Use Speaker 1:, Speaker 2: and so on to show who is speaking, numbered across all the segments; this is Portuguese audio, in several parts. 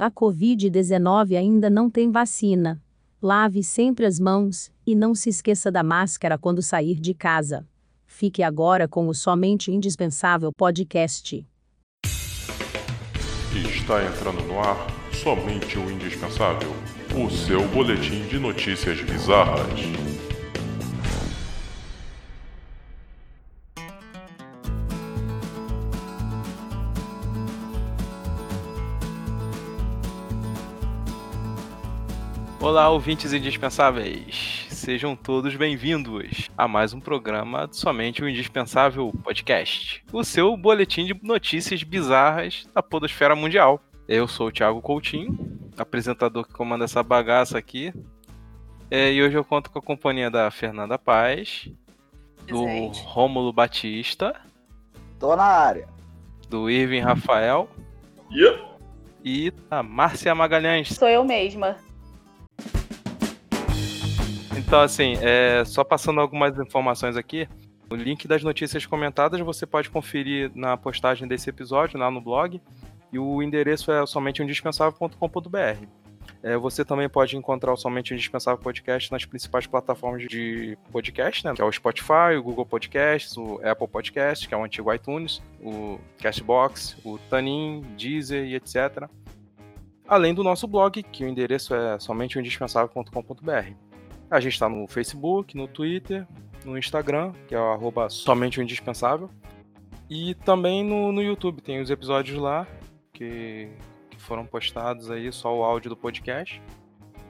Speaker 1: A Covid-19 ainda não tem vacina. Lave sempre as mãos e não se esqueça da máscara quando sair de casa. Fique agora com o Somente Indispensável Podcast.
Speaker 2: Está entrando no ar somente o indispensável o seu boletim de notícias bizarras.
Speaker 3: Olá, ouvintes indispensáveis. Sejam todos bem-vindos a mais um programa Somente o Indispensável Podcast, o seu boletim de notícias bizarras da podosfera mundial. Eu sou o Thiago Coutinho, apresentador que comanda essa bagaça aqui. É, e hoje eu conto com a companhia da Fernanda Paz, do
Speaker 4: Presente.
Speaker 3: Rômulo Batista,
Speaker 5: Tô na área.
Speaker 3: do Irving Rafael e da Márcia Magalhães.
Speaker 4: Sou eu mesma.
Speaker 3: Então, assim, é, só passando algumas informações aqui. O link das notícias comentadas você pode conferir na postagem desse episódio, lá no blog. E o endereço é somente indispensável.com.br. É, você também pode encontrar o Somente Indispensável Podcast nas principais plataformas de podcast, né? Que é o Spotify, o Google Podcasts, o Apple Podcasts, que é o antigo iTunes, o Castbox, o Tanin, Deezer e etc. Além do nosso blog, que o endereço é somente indispensável.com.br. A gente está no Facebook, no Twitter, no Instagram, que é o arroba somente o indispensável. E também no, no YouTube, tem os episódios lá que, que foram postados aí, só o áudio do podcast.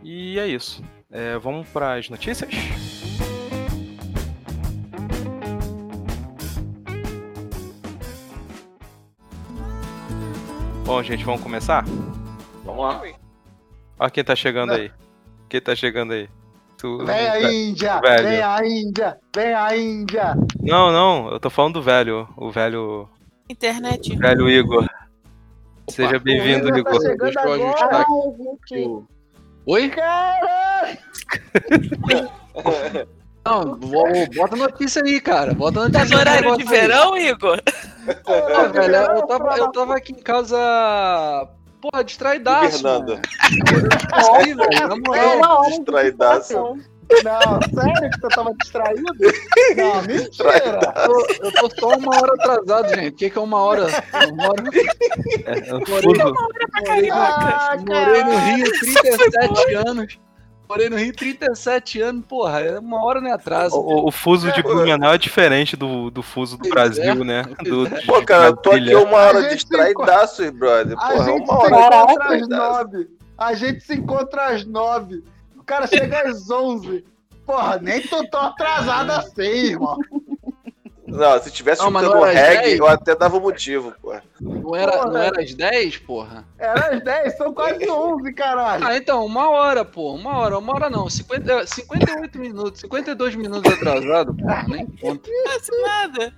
Speaker 3: E é isso. É, vamos para as notícias? Bom, gente, vamos começar?
Speaker 5: Vamos lá. Né?
Speaker 3: Olha quem tá chegando aí. Quem tá chegando aí? Tu-
Speaker 5: Vem a Índia!
Speaker 3: Velho.
Speaker 5: Vem a Índia! Vem a Índia!
Speaker 3: Não, não, eu tô falando do velho, o velho,
Speaker 6: Internet.
Speaker 3: o velho Igor. Seja bem-vindo,
Speaker 5: Índia tá
Speaker 3: Igor.
Speaker 5: chegando
Speaker 7: Deixa eu ajustar
Speaker 5: agora.
Speaker 7: aqui. tipo, Oi?
Speaker 5: Caralho!
Speaker 7: Não, bo- bota notícia aí, cara. Bota
Speaker 6: Tá
Speaker 7: notícia
Speaker 6: no horário
Speaker 7: bota
Speaker 6: de
Speaker 7: aí.
Speaker 6: verão, Igor?
Speaker 7: Ah, velho, eu, tava, eu tava aqui em casa. Porra, distraidaço.
Speaker 8: Hibernando.
Speaker 7: mano. Sim, velho, na
Speaker 6: É
Speaker 7: moral.
Speaker 4: uma hora
Speaker 8: Distraidaço.
Speaker 5: Não, sério que você tava distraído? Não, mentira!
Speaker 7: Eu tô, eu tô só uma hora atrasado, gente. O que, que é uma hora? Uma hora
Speaker 3: É, um fuso.
Speaker 7: morei,
Speaker 5: Ah,
Speaker 7: no, morei no Rio 37 anos. Morei no Rio 37 anos, porra. é Uma hora não é atraso.
Speaker 3: O, o fuso de Blumenau é diferente do, do fuso do
Speaker 7: Pois é.
Speaker 3: Brasil, né?
Speaker 7: pois é.
Speaker 3: Do,
Speaker 8: Pô, cara, eu tô aqui
Speaker 3: Brasília.
Speaker 8: uma
Speaker 5: A
Speaker 8: hora
Speaker 5: gente
Speaker 8: distraidaço, brother.
Speaker 5: A
Speaker 8: Porra, é
Speaker 5: gente
Speaker 8: uma
Speaker 5: se
Speaker 8: hora
Speaker 5: encontra às
Speaker 8: distraidaço.
Speaker 5: nove. A gente se encontra às nove. O cara chega às onze. Porra, nem tô tão atrasado assim, irmão.
Speaker 8: Não, se tivesse
Speaker 7: Não, mas
Speaker 8: chutando um
Speaker 7: não era às
Speaker 8: reggae,
Speaker 7: dez?
Speaker 8: eu até dava um motivo, pô.
Speaker 7: Não era, não era às 10, porra?
Speaker 5: Era às dez, são quase onze, caralho.
Speaker 7: Ah, então, uma hora, pô. Uma hora, uma hora não. 50, 58 minutos, 52 minutos atrasado, porra. Nem conta.
Speaker 6: Quase nada.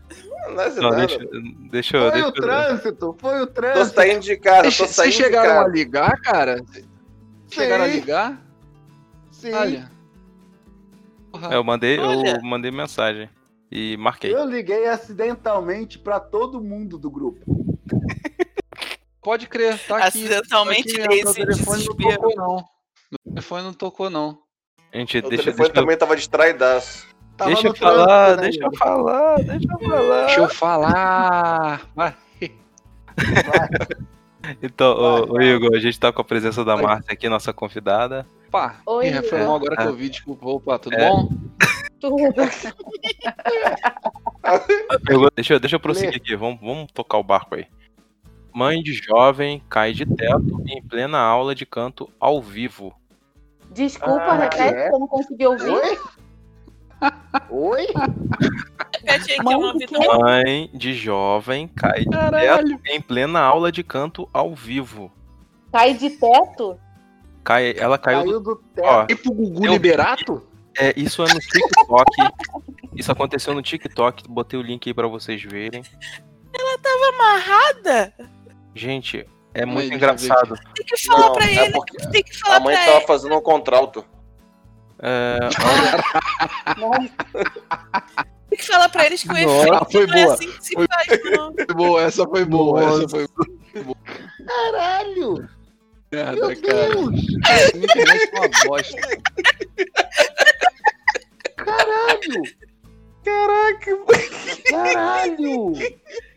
Speaker 8: Não é assim,
Speaker 3: Não,
Speaker 8: nada.
Speaker 3: deixa, deixa eu.
Speaker 5: Foi o
Speaker 3: Deixa eu
Speaker 5: trânsito, foi o
Speaker 8: Tô
Speaker 5: trânsito.
Speaker 8: saindo de casa, tô
Speaker 7: Vocês vocês
Speaker 8: saindo de
Speaker 7: chegaram a
Speaker 8: casa.
Speaker 7: ligar, cara? Vocês Chegaram a ligar?
Speaker 5: Sim,
Speaker 7: Olha. Porra.
Speaker 3: é, eu mandei,
Speaker 6: Olha.
Speaker 3: eu mandei mensagem e marquei.
Speaker 5: eu liguei acidentalmente pra todo mundo do grupo.
Speaker 7: Pode crer, tá aqui.
Speaker 6: Acidentalmente
Speaker 7: tá aqui, meu
Speaker 6: esse
Speaker 7: telefone não
Speaker 6: desespero.
Speaker 7: tocou, não. Meu telefone não tocou, não.
Speaker 3: Gente,
Speaker 8: O
Speaker 3: deixa,
Speaker 8: telefone
Speaker 3: deixa, eu-
Speaker 8: também tava distraidaço.
Speaker 5: Tava
Speaker 3: deixa
Speaker 5: tá no
Speaker 3: eu falar,
Speaker 5: trânsito, né,
Speaker 3: deixa eu falar, deixa eu falar.
Speaker 7: Deixa eu falar. Vai.
Speaker 3: Então, ô- ô,
Speaker 5: Vai, vai.
Speaker 3: Igor, a gente tá com a presença da
Speaker 7: Vai.
Speaker 3: Márcia aqui, nossa convidada.
Speaker 7: Opa.
Speaker 4: Oi,
Speaker 7: Ih, foi mal agora que eu vi, desculpa. Opa, tudo bom?
Speaker 3: Eu- deixa, eu- deixa eu prosseguir
Speaker 5: Lê.
Speaker 3: aqui, vamos, vamos tocar o barco aí. Mãe de jovem cai de teto em plena aula de canto ao vivo.
Speaker 4: Desculpa,
Speaker 5: Ah,
Speaker 4: repete,
Speaker 5: é?
Speaker 4: que eu não consegui ouvir.
Speaker 5: Oi? Oi?
Speaker 6: Repete aí que eu
Speaker 4: Mano,
Speaker 6: não ouvi
Speaker 4: que-
Speaker 6: não.
Speaker 3: Mãe de jovem cai de
Speaker 7: Caralho.
Speaker 3: teto em plena aula de canto ao vivo.
Speaker 4: Cai de teto?
Speaker 3: Cai, ela caiu. do-
Speaker 5: Caiu do teto.
Speaker 3: Ó,
Speaker 7: Tipo Gugu
Speaker 3: Eu-
Speaker 7: Liberato?
Speaker 3: é, isso é no TikTok. Isso aconteceu no TikTok. Botei o link aí pra vocês verem.
Speaker 6: Amarrada?
Speaker 3: Gente, é
Speaker 7: Mãe,
Speaker 3: muito
Speaker 7: deixa eu
Speaker 3: engraçado.
Speaker 6: Tem que falar
Speaker 8: Não,
Speaker 6: pra
Speaker 8: é
Speaker 6: ele.
Speaker 8: porque
Speaker 6: Tem que falar
Speaker 8: A mãe
Speaker 6: pra
Speaker 7: tá-
Speaker 8: tava fazendo um contralto.
Speaker 3: É,
Speaker 7: Ah,
Speaker 6: ele. Tem que falar pra eles que o
Speaker 7: Nossa,
Speaker 6: efeito
Speaker 7: ah, foi
Speaker 6: não é
Speaker 7: boa.
Speaker 6: assim que se
Speaker 7: Foi-
Speaker 6: faz, não.
Speaker 7: Foi boa, essa foi boa. Essa foi
Speaker 5: Caralho!
Speaker 7: merda,
Speaker 5: Meu
Speaker 7: cara.
Speaker 5: Deus!
Speaker 7: Cara, minha internet é uma bosta.
Speaker 5: Caralho! Caraca! Caralho! O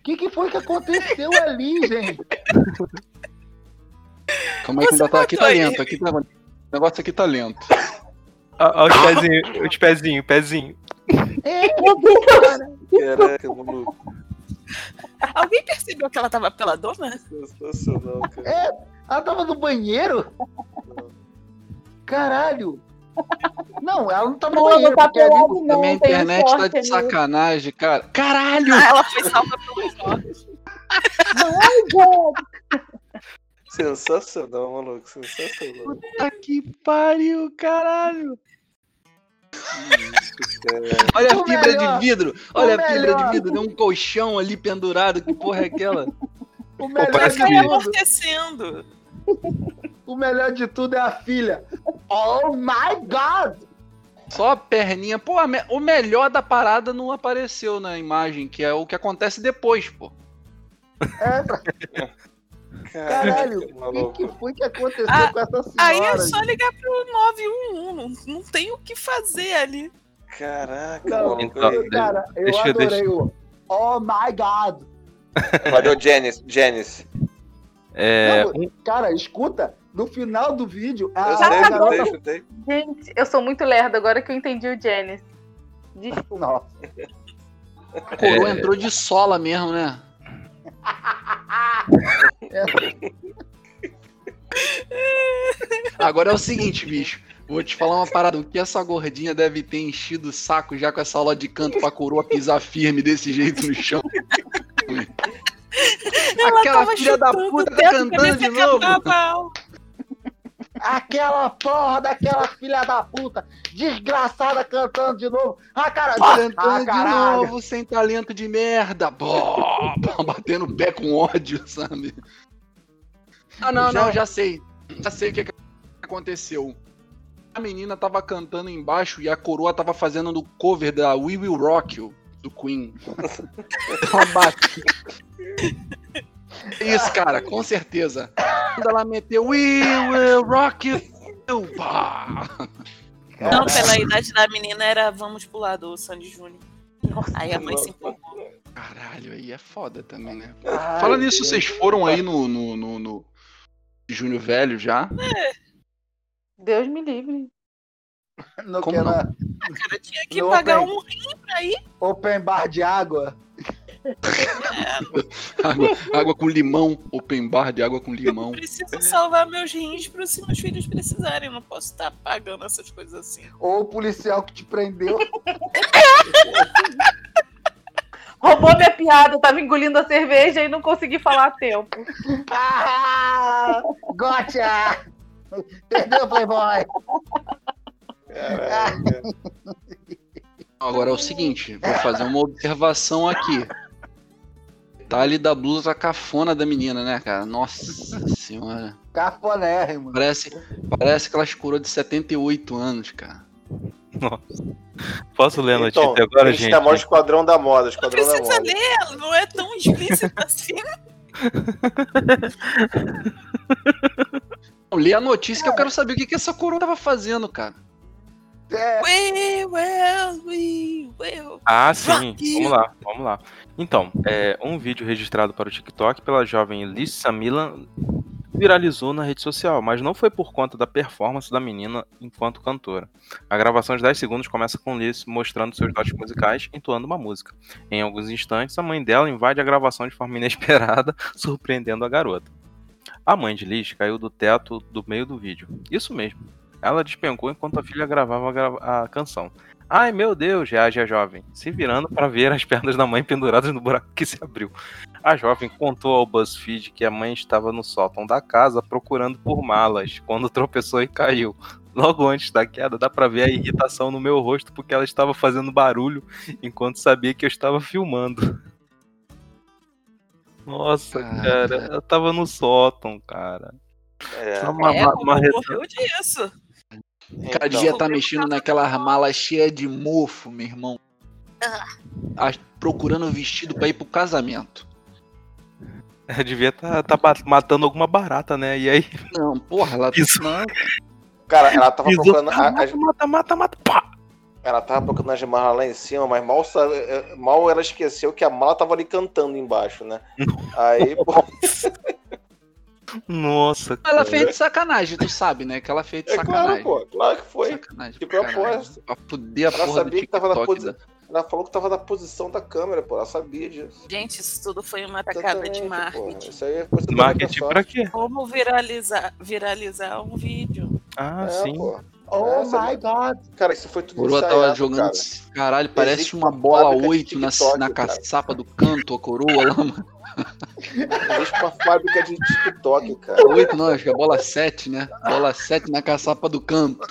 Speaker 5: que, que foi que aconteceu ali, gente?
Speaker 7: Calma aí que
Speaker 6: Você
Speaker 7: ainda tá aqui tá
Speaker 6: matou ele.
Speaker 7: lento. Aqui tá... O negócio aqui tá lento.
Speaker 3: Olha os pezinhos, os pezinhos, pezinho.
Speaker 8: Caraca, maluco.
Speaker 6: Alguém percebeu que ela tava peladona?
Speaker 8: Sensacional, cara.
Speaker 5: Ela tava no banheiro? Caralho! Não, ela não tava no
Speaker 4: Não,
Speaker 5: banheiro.
Speaker 4: não tá
Speaker 5: porque ali-
Speaker 4: pelado,
Speaker 7: a
Speaker 4: não.
Speaker 7: minha
Speaker 4: tem um
Speaker 7: internet tá
Speaker 4: corte
Speaker 7: de
Speaker 4: ali.
Speaker 7: sacanagem, cara. Caralho!
Speaker 6: Ah, ela foi salva pelo sorte.
Speaker 4: Gente,
Speaker 8: Sensacional, maluco. Sensacional.
Speaker 7: Puta que pariu, caralho! Olha
Speaker 5: O
Speaker 7: a fibra
Speaker 5: melhor,
Speaker 7: de vidro! Olha a fibra
Speaker 5: melhor.
Speaker 7: de vidro, deu um colchão ali pendurado. Que porra é aquela?
Speaker 5: O melhor,
Speaker 3: parece
Speaker 5: de
Speaker 6: Vai
Speaker 3: que-
Speaker 5: tudo,
Speaker 6: amortecendo.
Speaker 5: o melhor de tudo é a filha. Oh my god!
Speaker 7: Só a perninha. Pô, a me- o melhor da parada não apareceu na imagem, que é o que acontece depois, pô.
Speaker 5: É, Caralho,
Speaker 3: Tá
Speaker 5: o
Speaker 8: maluco.
Speaker 5: que, que foi que aconteceu
Speaker 6: Ah,
Speaker 5: com essa senhora?
Speaker 6: Aí é só ligar pro 911. Não, não tem o que fazer ali.
Speaker 8: Caraca,
Speaker 5: Não,
Speaker 8: maluco.
Speaker 3: então-
Speaker 5: gente? Cara, eu
Speaker 3: Deixa eu-
Speaker 5: adorei
Speaker 3: deixa-
Speaker 5: o Oh my god!
Speaker 8: Valeu, Janice. Janice.
Speaker 3: É, um-
Speaker 5: Não, Cara, escuta, no final do vídeo, a,
Speaker 8: Eu
Speaker 5: a
Speaker 8: sei,
Speaker 5: garota.
Speaker 8: chutei, chutei.
Speaker 4: gente, eu sou muito lerda agora que eu entendi o Janice. Desculpa.
Speaker 5: Nossa.
Speaker 7: A coroa entrou de sola mesmo, né?
Speaker 6: É.
Speaker 7: Agora é o seguinte, bicho. Vou te falar uma parada. O que essa gordinha deve ter enchido o saco já com essa aula de canto pra coroa pisar firme desse jeito no chão?
Speaker 6: Ela
Speaker 7: Aquela
Speaker 6: tava
Speaker 7: filha da
Speaker 6: chutando
Speaker 7: puta
Speaker 6: o
Speaker 7: tá
Speaker 6: teto
Speaker 7: cantando
Speaker 6: pra ver se
Speaker 7: de novo.
Speaker 6: acabava a aula.
Speaker 5: Aquela porra daquela filha da puta, desgraçada cantando de novo. Ah, cara,
Speaker 7: Cantando
Speaker 5: ah,
Speaker 7: Tá de
Speaker 5: caralho.
Speaker 7: novo, sem talento de merda. Bó, bó, Batendo o pé com ódio, sabe? Ah, não,
Speaker 5: Já-
Speaker 7: não, já sei. Já sei o que que aconteceu. A menina tava cantando embaixo e a coroa tava fazendo no cover da We Will Rock You, do Queen. Ela bate. É Isso, cara, com certeza. Quando ela meteu We Will Rock You, pá.
Speaker 6: Não, pela idade da menina era vamos pular do Sandy Júnior. Aí a mãe se empolgou.
Speaker 7: Caralho, aí é foda também, né?
Speaker 5: Ai,
Speaker 7: Falando nisso, vocês foram aí no, no, no, no Júnior Velho já?
Speaker 4: Deus me livre.
Speaker 5: no
Speaker 7: como
Speaker 5: que
Speaker 7: não?
Speaker 5: era
Speaker 6: Cara, tinha que
Speaker 5: Não,
Speaker 6: pagar
Speaker 5: bem.
Speaker 6: um rim pra ir.
Speaker 5: open bar de água.
Speaker 7: Água, água com limão, open bar de água com limão.
Speaker 6: Preciso salvar meus rins para se meus filhos precisarem. Não posso estar pagando essas coisas assim.
Speaker 5: Ou o policial que te prendeu.
Speaker 4: Roubou minha piada, eu tava engolindo a cerveja e não consegui falar a tempo.
Speaker 5: ah, gotcha! Entendeu, Playboy?
Speaker 8: Caralho, cara.
Speaker 7: Agora é o seguinte, vou fazer uma observação aqui. Detalhe da blusa cafona da menina, né, cara? Nossa senhora.
Speaker 5: Cafonérrimo.
Speaker 7: Parece, parece que ela escurou de 78 anos, cara.
Speaker 3: posso ler a notícia
Speaker 8: Então,
Speaker 3: agora,
Speaker 8: eles
Speaker 3: gente? né?
Speaker 8: chamam o Esquadrão da Moda.
Speaker 6: Não
Speaker 8: Esquadrão da
Speaker 6: precisa
Speaker 8: Moda.
Speaker 6: ler, não é tão explícito assim.
Speaker 7: Lê a notícia que eu quero saber o que, que essa coroa tava fazendo, cara.
Speaker 5: É,
Speaker 6: We will, we will.
Speaker 3: Ah, sim.
Speaker 6: Fuck you.
Speaker 3: Vamos lá, vamos lá. Então, é, um vídeo registrado para o TikTok pela jovem Lissa Milan viralizou na rede social, mas não foi por conta da performance da menina enquanto cantora. A gravação de 10 segundos começa com Liz mostrando seus dotes musicais, entoando uma música. Em alguns instantes, a mãe dela invade a gravação de forma inesperada, surpreendendo a garota. A mãe de Liz caiu do teto do meio do vídeo. Isso mesmo. Ela despencou enquanto a filha gravava a gra- a canção. Ai meu Deus, reage a jovem, se virando para ver as pernas da mãe penduradas no buraco que se abriu. A jovem contou ao BuzzFeed que a mãe estava no sótão da casa procurando por malas quando tropeçou e caiu. Logo antes da queda, dá pra ver a irritação no meu rosto porque ela estava fazendo barulho enquanto sabia que eu estava filmando. Nossa,
Speaker 7: Cara.
Speaker 3: cara, ela tava no sótão, cara.
Speaker 8: É,
Speaker 3: Só uma,
Speaker 6: é,
Speaker 3: uma, uma re-
Speaker 6: morreu disso.
Speaker 7: O cara
Speaker 8: então.
Speaker 7: devia estar mexendo naquela mala cheia de mofo, meu irmão. Ah, procurando vestido pra ir pro casamento.
Speaker 3: Eu devia estar matando alguma barata, né? E aí.
Speaker 7: Não, porra, ela tá
Speaker 3: Isso.
Speaker 7: Não,
Speaker 8: Cara, ela tava
Speaker 3: pisou,
Speaker 8: procurando.
Speaker 3: tá,
Speaker 8: a- a-
Speaker 3: mata, mata, mata, mata. Pá!
Speaker 8: ela tava procurando as malas lá em cima, mas mal, sa- eh, mal ela esqueceu que a mala tava ali cantando embaixo, né? Aí, pô,
Speaker 3: Nossa.
Speaker 7: ela fez de sacanagem, tu sabe, né? Que ela fez de
Speaker 8: Tá é claro,
Speaker 7: sacanagem.
Speaker 8: pô, claro que foi.
Speaker 7: Sacanagem,
Speaker 8: De
Speaker 7: pra caralho.
Speaker 8: propósito.
Speaker 7: Pra fuder a
Speaker 8: Ela
Speaker 7: porra do
Speaker 8: sabia que tava na
Speaker 7: TikTok,
Speaker 8: posição.
Speaker 7: né?
Speaker 8: Ela falou que tava na posição da câmera, pô. Ela sabia disso.
Speaker 6: Gente, isso tudo foi uma atacada de
Speaker 8: Exatamente, pô.
Speaker 6: marketing.
Speaker 8: Isso Então tá aí é coisa da
Speaker 3: Marketing
Speaker 8: Microsoft.
Speaker 3: pra quê?
Speaker 6: Como viralizar, viralizar um vídeo.
Speaker 3: Ah,
Speaker 8: É,
Speaker 3: sim.
Speaker 8: pô.
Speaker 5: Oh
Speaker 8: Essa-
Speaker 5: my god.
Speaker 8: Cara, isso foi tudo
Speaker 7: Coroa tava
Speaker 8: ensaiado,
Speaker 7: jogando.
Speaker 8: cara.
Speaker 7: Caralho, parece
Speaker 8: Existe
Speaker 7: uma
Speaker 8: uma
Speaker 7: bola
Speaker 8: fábrica de
Speaker 7: 8 na,
Speaker 8: TikTok,
Speaker 7: na
Speaker 8: cara.
Speaker 7: caçapa do canto, a coroa lá, mano.
Speaker 8: Existe uma fábrica de TikTok, cara.
Speaker 7: 8 não, acho que é bola 7, né? Bola 7 na caçapa do canto.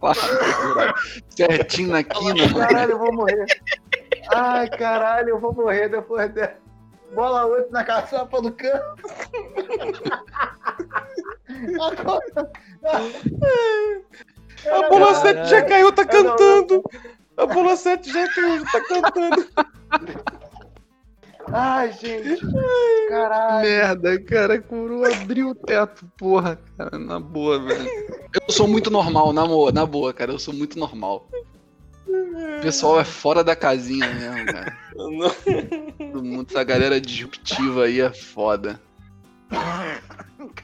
Speaker 7: Lá, Certinho na quina, mano.
Speaker 5: Caralho, eu vou morrer. Ai, caralho, eu vou morrer depois dessa. Bola 8 na caçapa do canto. Agora.
Speaker 8: A bola
Speaker 5: Caralho.
Speaker 8: 7 já caiu, tá
Speaker 5: Era-
Speaker 8: cantando. A bola 7 já caiu, tá cantando.
Speaker 5: Ai, gente. Caralho.
Speaker 7: Merda, cara, a coroa abriu o teto, porra, cara, na boa, velho. Eu sou muito normal, na boa, na boa, cara, eu sou muito normal. O pessoal é fora da casinha mesmo, cara. Todo mundo, essa galera disruptiva aí é foda.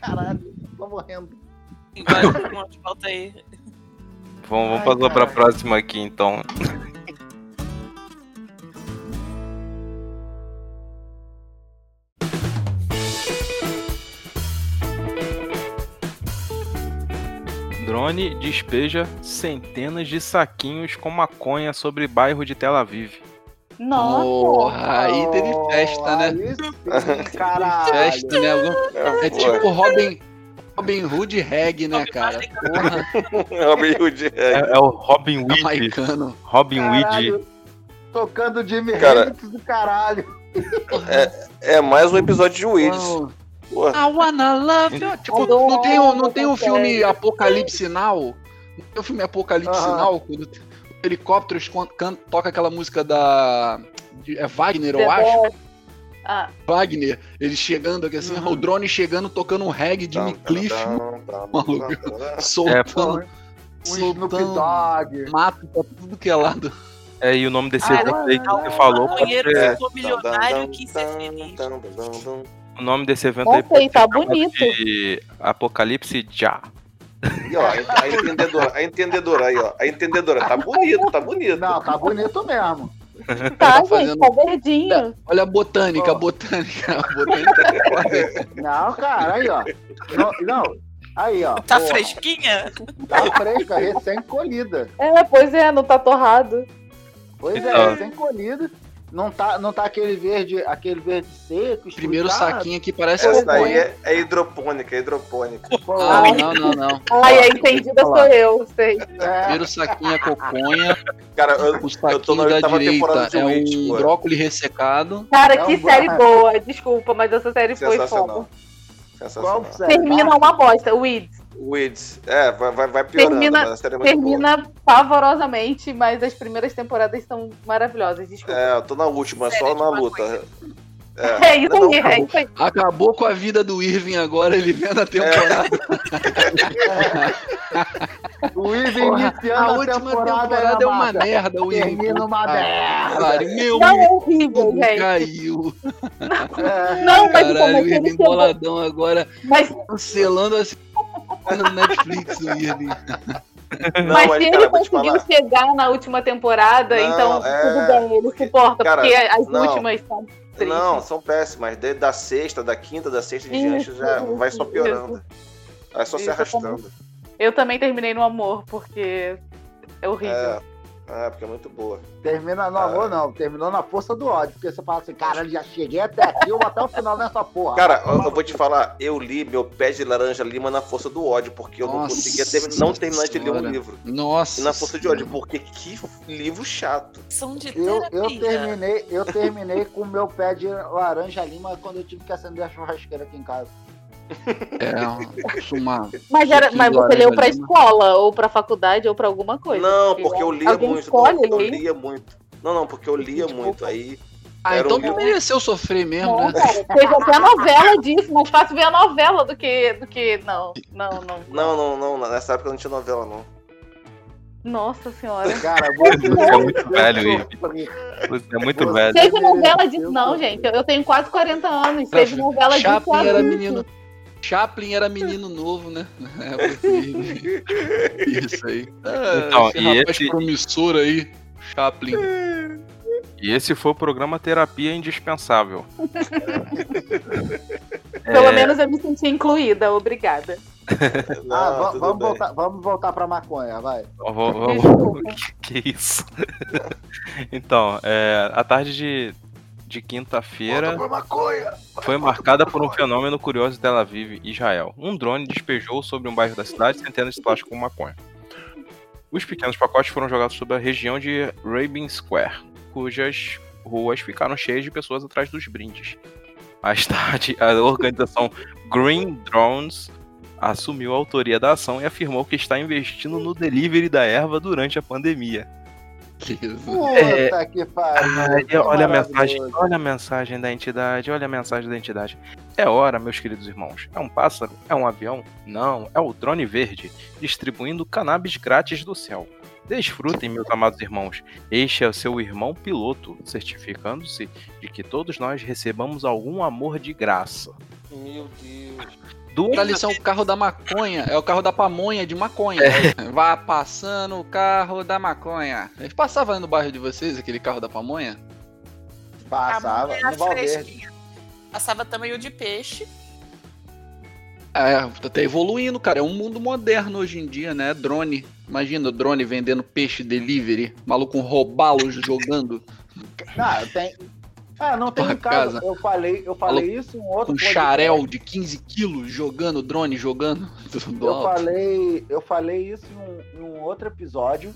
Speaker 5: Caralho, tô morrendo.
Speaker 6: Embora um monte de volta aí.
Speaker 3: Vamos, vamos
Speaker 5: Ai,
Speaker 3: passar pra
Speaker 5: caralho.
Speaker 3: próxima aqui, então. Drone despeja centenas de saquinhos com maconha sobre bairro de Tel Aviv.
Speaker 4: Nossa.
Speaker 7: Porra, aí teve festa, né?
Speaker 5: Oh, Aí sim, caralho.
Speaker 7: Festa, né? Algum- É tipo Robin, Robin Hood Reg, né, cara? Porra,
Speaker 8: Robin Hood.
Speaker 3: É,
Speaker 8: é.
Speaker 3: é o Robin Weed.
Speaker 7: jamaicano.
Speaker 3: Robin
Speaker 7: um
Speaker 3: Weed.
Speaker 5: Caralho, Tocando Jimmy
Speaker 8: Cara.
Speaker 5: Hendrix do caralho.
Speaker 8: É mais um episódio de Weeds.
Speaker 7: Uau.
Speaker 8: Pô,
Speaker 7: I wanna love you. Tipo,
Speaker 4: Mandou
Speaker 7: não
Speaker 4: um
Speaker 7: tem, o-
Speaker 4: áudio
Speaker 7: não tem o
Speaker 4: pra
Speaker 7: filme
Speaker 4: série.
Speaker 7: Apocalipse Now? Não tem o filme Apocalipse
Speaker 5: Aham.
Speaker 7: Now? Quando o helicóptero esco- can- toca aquela música da. de- É Wagner, eu
Speaker 4: The
Speaker 7: acho.
Speaker 4: Boys. Ah,
Speaker 7: Wagner, ele chegando aqui assim, o drone chegando, tocando um reggae de Jimmy Cliff, maluco.
Speaker 8: É,
Speaker 7: soltando,
Speaker 3: né?
Speaker 5: O Snoop
Speaker 7: soltando
Speaker 5: Dogg.
Speaker 7: mato pra tudo que é lado.
Speaker 3: É, e o nome desse
Speaker 6: Ah,
Speaker 3: evento aí que
Speaker 6: não,
Speaker 3: você falou
Speaker 6: não,
Speaker 3: pode
Speaker 6: não,
Speaker 3: ser-
Speaker 6: ficou milionário quis ser feliz.
Speaker 3: O nome desse evento aí pode
Speaker 6: é
Speaker 4: Conceito, tá
Speaker 3: ser
Speaker 4: bonito.
Speaker 3: de Apocalipse Já.
Speaker 8: E ó, a entendedora, a entendedora aí, ó. A entendedora, tá bonito, tá bonito.
Speaker 5: Não, tá bonito mesmo.
Speaker 4: Tá, gente,
Speaker 7: fazendo-
Speaker 4: tá verdinho.
Speaker 7: Olha a botânica, a botânica. A botânica.
Speaker 5: Não, cara, aí, ó. Não, não. aí, ó.
Speaker 6: Tá
Speaker 5: Porra,
Speaker 6: fresquinha?
Speaker 5: Tá fresca, recém-colhida.
Speaker 4: É, pois é, não tá torrado.
Speaker 5: Pois
Speaker 3: Então.
Speaker 5: é, recém-colhida. Não tá, não tá aquele verde, aquele verde seco.
Speaker 7: Primeiro
Speaker 5: escrutado.
Speaker 7: saquinho aqui parece
Speaker 8: Essa
Speaker 7: maconha.
Speaker 8: daí é, é hidropônica, é hidropônica.
Speaker 7: Não, não, não, não.
Speaker 4: Ai, a entendida sou eu, sei.
Speaker 5: É,
Speaker 7: Ah, Primeiro saquinho é coconha,
Speaker 8: Cara, eu,
Speaker 7: o
Speaker 8: tô na
Speaker 7: saquinho da
Speaker 8: oitava temporada
Speaker 7: direita
Speaker 8: de
Speaker 7: é
Speaker 8: Witch,
Speaker 7: um
Speaker 8: pô.
Speaker 7: brócolis ressecado.
Speaker 4: Cara,
Speaker 5: Não,
Speaker 4: que
Speaker 5: vai.
Speaker 4: série boa. Desculpa, mas essa série foi
Speaker 8: É um sensacional.
Speaker 4: foda.
Speaker 8: Sensacional.
Speaker 5: qual é? série?
Speaker 4: Termina uma bosta, Weeds.
Speaker 8: Weeds. É, vai, vai, vai piorando,
Speaker 4: Termina-
Speaker 8: mas a série é muito boa.
Speaker 4: Termina pavorosamente, mas as primeiras temporadas são maravilhosas, desculpa.
Speaker 8: É, eu tô na última, só
Speaker 6: Série de
Speaker 8: na
Speaker 6: maconha.
Speaker 8: luta.
Speaker 4: É, isso
Speaker 8: não,
Speaker 4: aí, é isso aí.
Speaker 7: Acabou com a vida do Irving agora, ele vendo
Speaker 8: É.
Speaker 7: a temporada.
Speaker 5: O Ivan
Speaker 7: Porra,
Speaker 5: iniciando
Speaker 7: a
Speaker 5: a,
Speaker 7: última temporada,
Speaker 5: temporada,
Speaker 7: é uma
Speaker 5: merda.
Speaker 7: merda, o Ah. Irving.
Speaker 5: Termina uma
Speaker 7: Puta,
Speaker 5: merda.
Speaker 7: Cara, meu
Speaker 4: Não é
Speaker 7: mundo
Speaker 4: horrível, gente.
Speaker 7: caiu.
Speaker 5: É.
Speaker 4: Não, mas como
Speaker 7: Caralho, o
Speaker 4: aquele
Speaker 7: Irving
Speaker 4: tempo-
Speaker 7: boladão agora,
Speaker 4: Mas
Speaker 7: cancelando assim. No Netflix, o Irving.
Speaker 4: Mas
Speaker 8: mas,
Speaker 4: se
Speaker 8: cara,
Speaker 4: ele
Speaker 8: vou te
Speaker 4: conseguiu
Speaker 8: falar.
Speaker 4: chegar na última temporada,
Speaker 8: Não,
Speaker 4: então
Speaker 8: é-
Speaker 4: tudo bem, ele suporta,
Speaker 8: Cara,
Speaker 4: porque as
Speaker 8: não.
Speaker 4: últimas são tristes.
Speaker 8: Não, são péssimas. De- Da sexta, da quinta, da sexta em diante,
Speaker 4: Isso,
Speaker 8: já vai só
Speaker 4: isso,
Speaker 8: piorando. Vai só se
Speaker 4: Isso,
Speaker 8: arrastando.
Speaker 4: Eu também terminei no amor, porque é horrível.
Speaker 8: É, é, porque é muito boa.
Speaker 5: Termina no amor, não. Terminou na força do ódio. Porque você fala assim, caralho, já cheguei até aqui, eu vou até o final nessa porra.
Speaker 8: Cara, eu, eu vou te falar, eu li meu pé de laranja lima na força do ódio, porque eu não
Speaker 7: Nossa
Speaker 8: conseguia termi- não terminar de ler um
Speaker 7: Senhora.
Speaker 8: livro. E
Speaker 7: Nossa.
Speaker 8: na força de
Speaker 7: Senhora.
Speaker 8: ódio, porque que livro chato.
Speaker 6: São de
Speaker 5: eu,
Speaker 6: terapia.
Speaker 5: eu terminei, eu terminei com o meu pé de laranja lima quando eu tive que acender a churrasqueira aqui em casa.
Speaker 7: É, acho uma.
Speaker 4: mas era,
Speaker 7: Chiquinho é
Speaker 4: mas
Speaker 7: do
Speaker 4: você
Speaker 7: Laranja
Speaker 4: leu pra
Speaker 7: Lima.
Speaker 4: escola, ou pra faculdade, ou pra alguma coisa.
Speaker 8: Não, porque eu lia
Speaker 4: Alguém
Speaker 8: muito.
Speaker 4: escolhe
Speaker 8: porque eu
Speaker 4: ler?
Speaker 8: lia muito. Não, não, porque eu lia muito. Aí
Speaker 7: Ah,
Speaker 8: Era
Speaker 7: então
Speaker 8: um-
Speaker 7: tu mereceu sofrer mesmo,
Speaker 4: Não,
Speaker 7: né?
Speaker 4: cara, teve até novela disso, mais fácil ver a novela do que. Do que não, não, não.
Speaker 8: Não, não, não. Nessa época não tinha novela, não.
Speaker 4: Nossa senhora.
Speaker 5: Cara, você
Speaker 3: é muito velho, Ivo.
Speaker 5: Ivo.
Speaker 3: É muito velho.
Speaker 4: Teve novela disso, não, gente. Eu tenho quase 40 anos. Teve novela disso.
Speaker 7: Chaplin
Speaker 4: há
Speaker 7: era
Speaker 4: 20.
Speaker 7: menino. Chaplin era menino novo, né? Na época que- Isso aí. Ah,
Speaker 3: Então,
Speaker 7: esse
Speaker 3: e
Speaker 7: rapaz
Speaker 3: esse-
Speaker 7: promissor aí, Chaplin.
Speaker 3: E esse foi o programa Terapia Indispensável.
Speaker 4: Pelo
Speaker 3: É,
Speaker 4: menos eu me senti incluída, obrigada.
Speaker 8: Não,
Speaker 5: Ah, va-
Speaker 8: tudo
Speaker 5: vamos,
Speaker 8: bem.
Speaker 5: voltar, vamos voltar pra maconha, vai.
Speaker 3: ó, vou- vou-
Speaker 4: Desculpa.
Speaker 3: que isso? então, é, a tarde de, de quinta-feira
Speaker 5: Pra maconha!
Speaker 3: foi marcada por um fenômeno curioso em Tel Aviv, Israel. Um drone despejou sobre um bairro da cidade centenas de plásticos com maconha. Os pequenos pacotes foram jogados sobre a região de Rabin Square, cujas ruas ficaram cheias de pessoas atrás dos brindes. Mais tarde, a organização Green Drones assumiu a autoria da ação e afirmou que está investindo no delivery da erva durante a pandemia.
Speaker 7: Beleza.
Speaker 5: Puta que pariu! que
Speaker 3: Ai, É. Ah, olha a
Speaker 5: maravilhoso.
Speaker 3: mensagem, olha a mensagem da entidade, olha a mensagem da entidade. É hora, meus queridos irmãos. É um pássaro? É um avião? Não, é o drone verde, distribuindo cannabis grátis do céu. Desfrutem, meus amados irmãos. Este é o seu irmão piloto, certificando-se de que todos nós recebamos algum amor de graça.
Speaker 8: Meu Deus.
Speaker 3: Duas
Speaker 7: Tá lição, o carro da maconha. É o carro da pamonha de maconha.
Speaker 3: É.
Speaker 7: Vá passando o carro da maconha. Eles passavam no bairro de vocês aquele carro da pamonha?
Speaker 5: Passava,
Speaker 6: Amanhã,
Speaker 5: no Valverde.
Speaker 6: é fresquinha. Passava também o de peixe.
Speaker 7: É, tá até evoluindo, cara. É um mundo moderno hoje em dia, né? Drone. Imagina o drone vendendo peixe delivery. Maluco um roubalo jogando.
Speaker 5: Não, tem... Ah, não tem
Speaker 7: Porra,
Speaker 5: em casa.
Speaker 7: casa.
Speaker 5: Eu falei, eu falei isso em um outro
Speaker 7: Um
Speaker 5: podcast.
Speaker 7: xarel de 15 quilos jogando drone, jogando. do
Speaker 5: Eu
Speaker 7: alto.
Speaker 5: falei, eu falei isso em um, em um outro episódio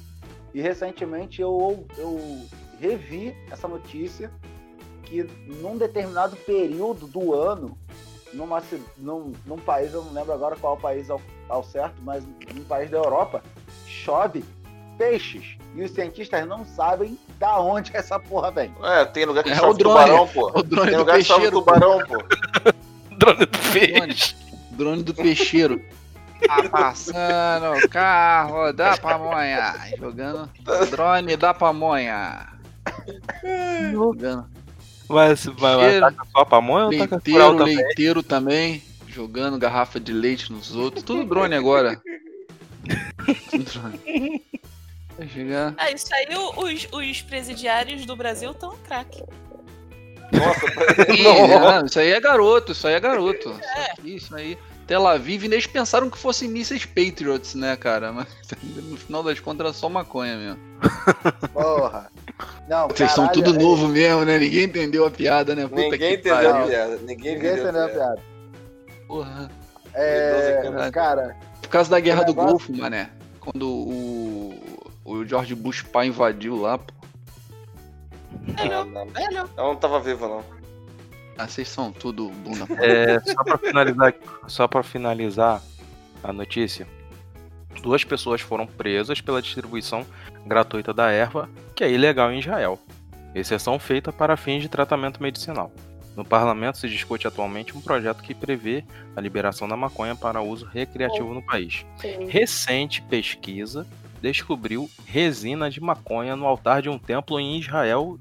Speaker 5: e recentemente eu, eu revi essa notícia que num determinado período do ano, numa, ci- num, num país, eu não lembro agora qual país ao, ao certo, mas num país da Europa, chove peixes e os cientistas não sabem da onde essa porra vem.
Speaker 8: É, tem lugar que
Speaker 7: É
Speaker 8: chama
Speaker 7: o drone.
Speaker 8: tubarão, pô.
Speaker 7: O drone
Speaker 8: Tem
Speaker 7: do
Speaker 8: lugar que chama
Speaker 7: peixeiro.
Speaker 8: tubarão, pô.
Speaker 3: drone do peixe.
Speaker 7: Drone do peixeiro. Tá passando o carro da pamonha. Jogando drone da pamonha. Jogando.
Speaker 3: Mas vai
Speaker 7: Cheiro.
Speaker 3: ataca só a pamonha ou ataca
Speaker 7: Leiteiro,
Speaker 3: coral também?
Speaker 7: leiteiro também. Jogando garrafa de leite nos outros. Tudo drone agora. Tudo drone. Vai chegar.
Speaker 6: Ah, isso aí o- os, os presidiários do Brasil estão craque.
Speaker 8: Nossa,
Speaker 7: Ih,
Speaker 8: Não.
Speaker 7: não, isso aí é garoto, isso aí é garoto. Isso, aqui, isso aí. Tel Aviv, e eles pensaram que fossem mísseis Patriots, né, cara? Mas no final das contas era só maconha mesmo.
Speaker 5: Porra. Não,
Speaker 7: Vocês são
Speaker 5: caralho,
Speaker 7: tudo
Speaker 5: é-
Speaker 7: novo mesmo, né? Ninguém entendeu a piada, né? Puta
Speaker 8: Ninguém
Speaker 7: que
Speaker 8: entendeu a
Speaker 7: pariu.
Speaker 8: piada.
Speaker 5: Ninguém
Speaker 8: Ninguém entendeu a
Speaker 5: entendeu a
Speaker 8: piada.
Speaker 5: piada.
Speaker 7: Porra.
Speaker 5: né, É,
Speaker 7: Caralho.
Speaker 5: cara,
Speaker 7: Por causa da guerra
Speaker 5: O
Speaker 7: do
Speaker 5: negócio-
Speaker 7: Golfo, mané. Quando o, o George Bush pai invadiu lá, pô.
Speaker 8: Não, não. Eu não tava vivo, não.
Speaker 7: Ah, vocês são tudo bunda.
Speaker 3: É, só pra finalizar, só pra finalizar a notícia, duas pessoas foram presas pela distribuição gratuita da erva, que é ilegal em Israel. Exceção feita para fins de tratamento medicinal. No parlamento se discute atualmente um projeto que prevê a liberação da maconha para uso recreativo no país. Recente pesquisa descobriu resina de maconha no altar de um templo em Israel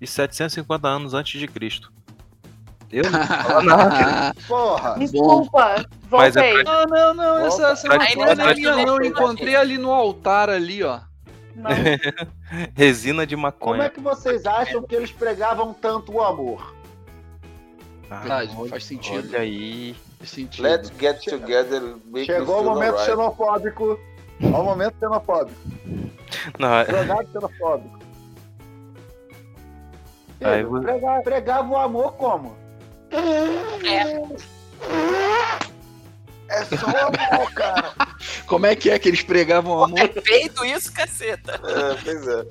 Speaker 3: de 750 anos antes de Cristo. Eu não
Speaker 5: porra.
Speaker 4: Desculpa,
Speaker 3: Mas é
Speaker 4: voltei.
Speaker 7: Não, Ah, não, não, essa, essa
Speaker 8: Opa.
Speaker 7: maconha não é
Speaker 6: Mas-
Speaker 7: minha, não. Eu encontrei ali no altar ali, ó.
Speaker 4: Não,
Speaker 3: Resina de
Speaker 5: Como é
Speaker 3: maconha.
Speaker 5: que vocês acham que eles pregavam tanto o amor?
Speaker 3: Ah,
Speaker 7: Verdade,
Speaker 3: olha-
Speaker 7: faz sentido.
Speaker 3: Olha aí.
Speaker 7: Faz sentido.
Speaker 8: Let's get together. Make
Speaker 5: Chegou o momento
Speaker 8: right.
Speaker 5: xenofóbico. Ao momento xenofóbico.
Speaker 3: Não, é-
Speaker 5: Jogado xenofóbico.
Speaker 3: Aí
Speaker 5: Entendeu?
Speaker 3: você-
Speaker 5: Prega- pregava o amor como? É só amor, cara.
Speaker 7: Como é que é que eles pregavam o amor?
Speaker 6: Feito isso, caceta.
Speaker 8: É, pois é.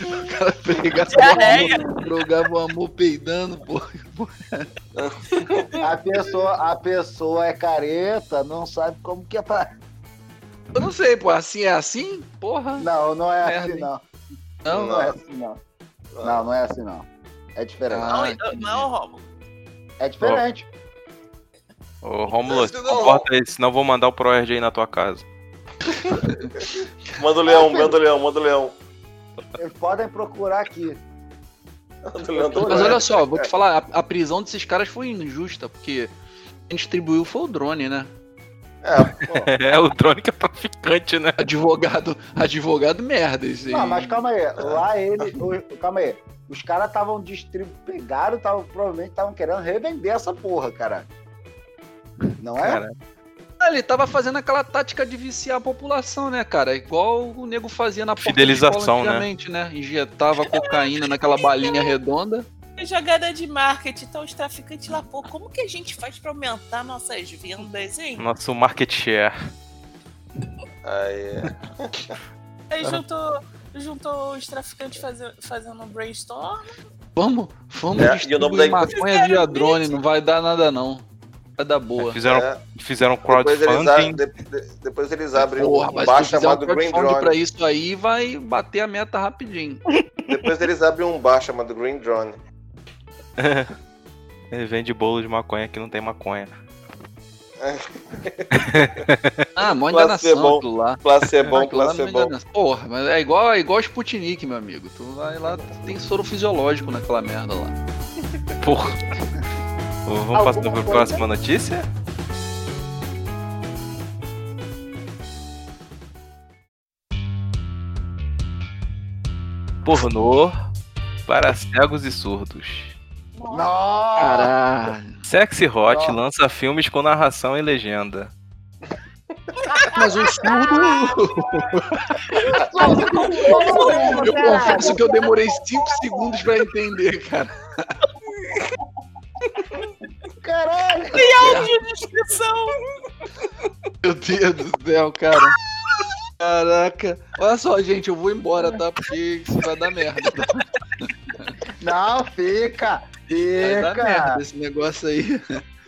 Speaker 7: O cara pregava o amor, pregavam o amor peidando, pô.
Speaker 5: A pessoa, a pessoa é careta, não sabe como que é pra...
Speaker 7: Eu não sei, pô, assim é assim? Porra.
Speaker 5: Não, não é
Speaker 7: Merda, então
Speaker 5: assim
Speaker 7: hein?
Speaker 5: não.
Speaker 7: Não,
Speaker 5: Não é assim não. Não, não é assim não. É diferente.
Speaker 7: Ah,
Speaker 6: Não,
Speaker 7: entendi.
Speaker 6: não, Romulo.
Speaker 5: É diferente.
Speaker 3: Ô, Romulo,
Speaker 8: Não, não.
Speaker 3: comporta aí, senão eu vou mandar o ProErd aí na tua casa.
Speaker 8: Manda o leão, manda o leão, manda o leão.
Speaker 5: Eles podem procurar aqui.
Speaker 8: Manda o leão do
Speaker 7: Mas
Speaker 8: Oeste.
Speaker 7: olha só, vou te falar, a, a prisão desses caras foi injusta, porque quem distribuiu foi o drone, né?
Speaker 8: É, pô.
Speaker 3: É, o drone que é traficante, né?
Speaker 7: Advogado, advogado merda, esse aí.
Speaker 5: Não, Ah, mas calma aí. Lá eles. o- calma aí. Os caras estavam distribuindo. Pegaram, tavam, provavelmente estavam querendo revender essa porra, cara. Não é?
Speaker 3: Cara,
Speaker 7: Ah, Ele tava fazendo aquela tática de viciar a população, né, cara? Igual o nego fazia na porta de
Speaker 3: Fidelização,
Speaker 7: escola
Speaker 3: né?
Speaker 7: antigamente, né? Injetava cocaína naquela balinha redonda.
Speaker 6: É Jogada de marketing, então os traficantes lá, pô, como que a gente faz pra aumentar nossas vendas, hein?
Speaker 3: nosso market share.
Speaker 8: Aí, é.
Speaker 5: É.
Speaker 6: Aí juntou, juntou os traficantes faze- fazendo um brainstorm.
Speaker 7: Vamos, vamos
Speaker 8: É, e o
Speaker 7: distribuir
Speaker 8: nome daí-
Speaker 7: maconha via drone, não vai dar nada não. Vai dar boa.
Speaker 3: Fizeram,
Speaker 8: É.
Speaker 3: fizeram
Speaker 8: Depois, eles
Speaker 3: um crowdfunding.
Speaker 8: a- de- de- depois eles abrem
Speaker 7: Porra,
Speaker 8: um
Speaker 7: mas
Speaker 8: bar
Speaker 7: se tu fizer um
Speaker 8: chamado Green
Speaker 7: crowdfunding
Speaker 8: Drone.
Speaker 7: pra isso aí, vai bater a meta rapidinho.
Speaker 8: Depois eles abrem um bar chamado Green Drone.
Speaker 3: Ele Vende bolo de maconha que não tem maconha.
Speaker 7: Ah, mó
Speaker 8: Placebo.
Speaker 7: enganação aquilo lá.
Speaker 8: Placebom,
Speaker 7: Aquilo lá não é
Speaker 8: placebom.
Speaker 7: enganação. Porra, mas é igual, é igual Sputnik, meu amigo. Tu vai lá, tem soro fisiológico naquela merda lá.
Speaker 3: Porra. Vamos passar pra próxima notícia? Pornô para cegos e surdos.
Speaker 5: Nossa!
Speaker 7: Caralho.
Speaker 3: Sexy Hot
Speaker 5: Ó.
Speaker 3: lança filmes com narração e legenda.
Speaker 7: Mas o surdo. Eu confesso que eu demorei 5 segundos pra entender, cara.
Speaker 5: Caralho!
Speaker 6: Descrição!
Speaker 7: Meu Deus do céu, cara. Caraca. Olha só, gente, eu vou embora, tá? Porque isso vai dar merda. Tá?
Speaker 5: Não, fica! É,
Speaker 7: Vai dar merda
Speaker 5: Fica!
Speaker 7: esse negócio aí.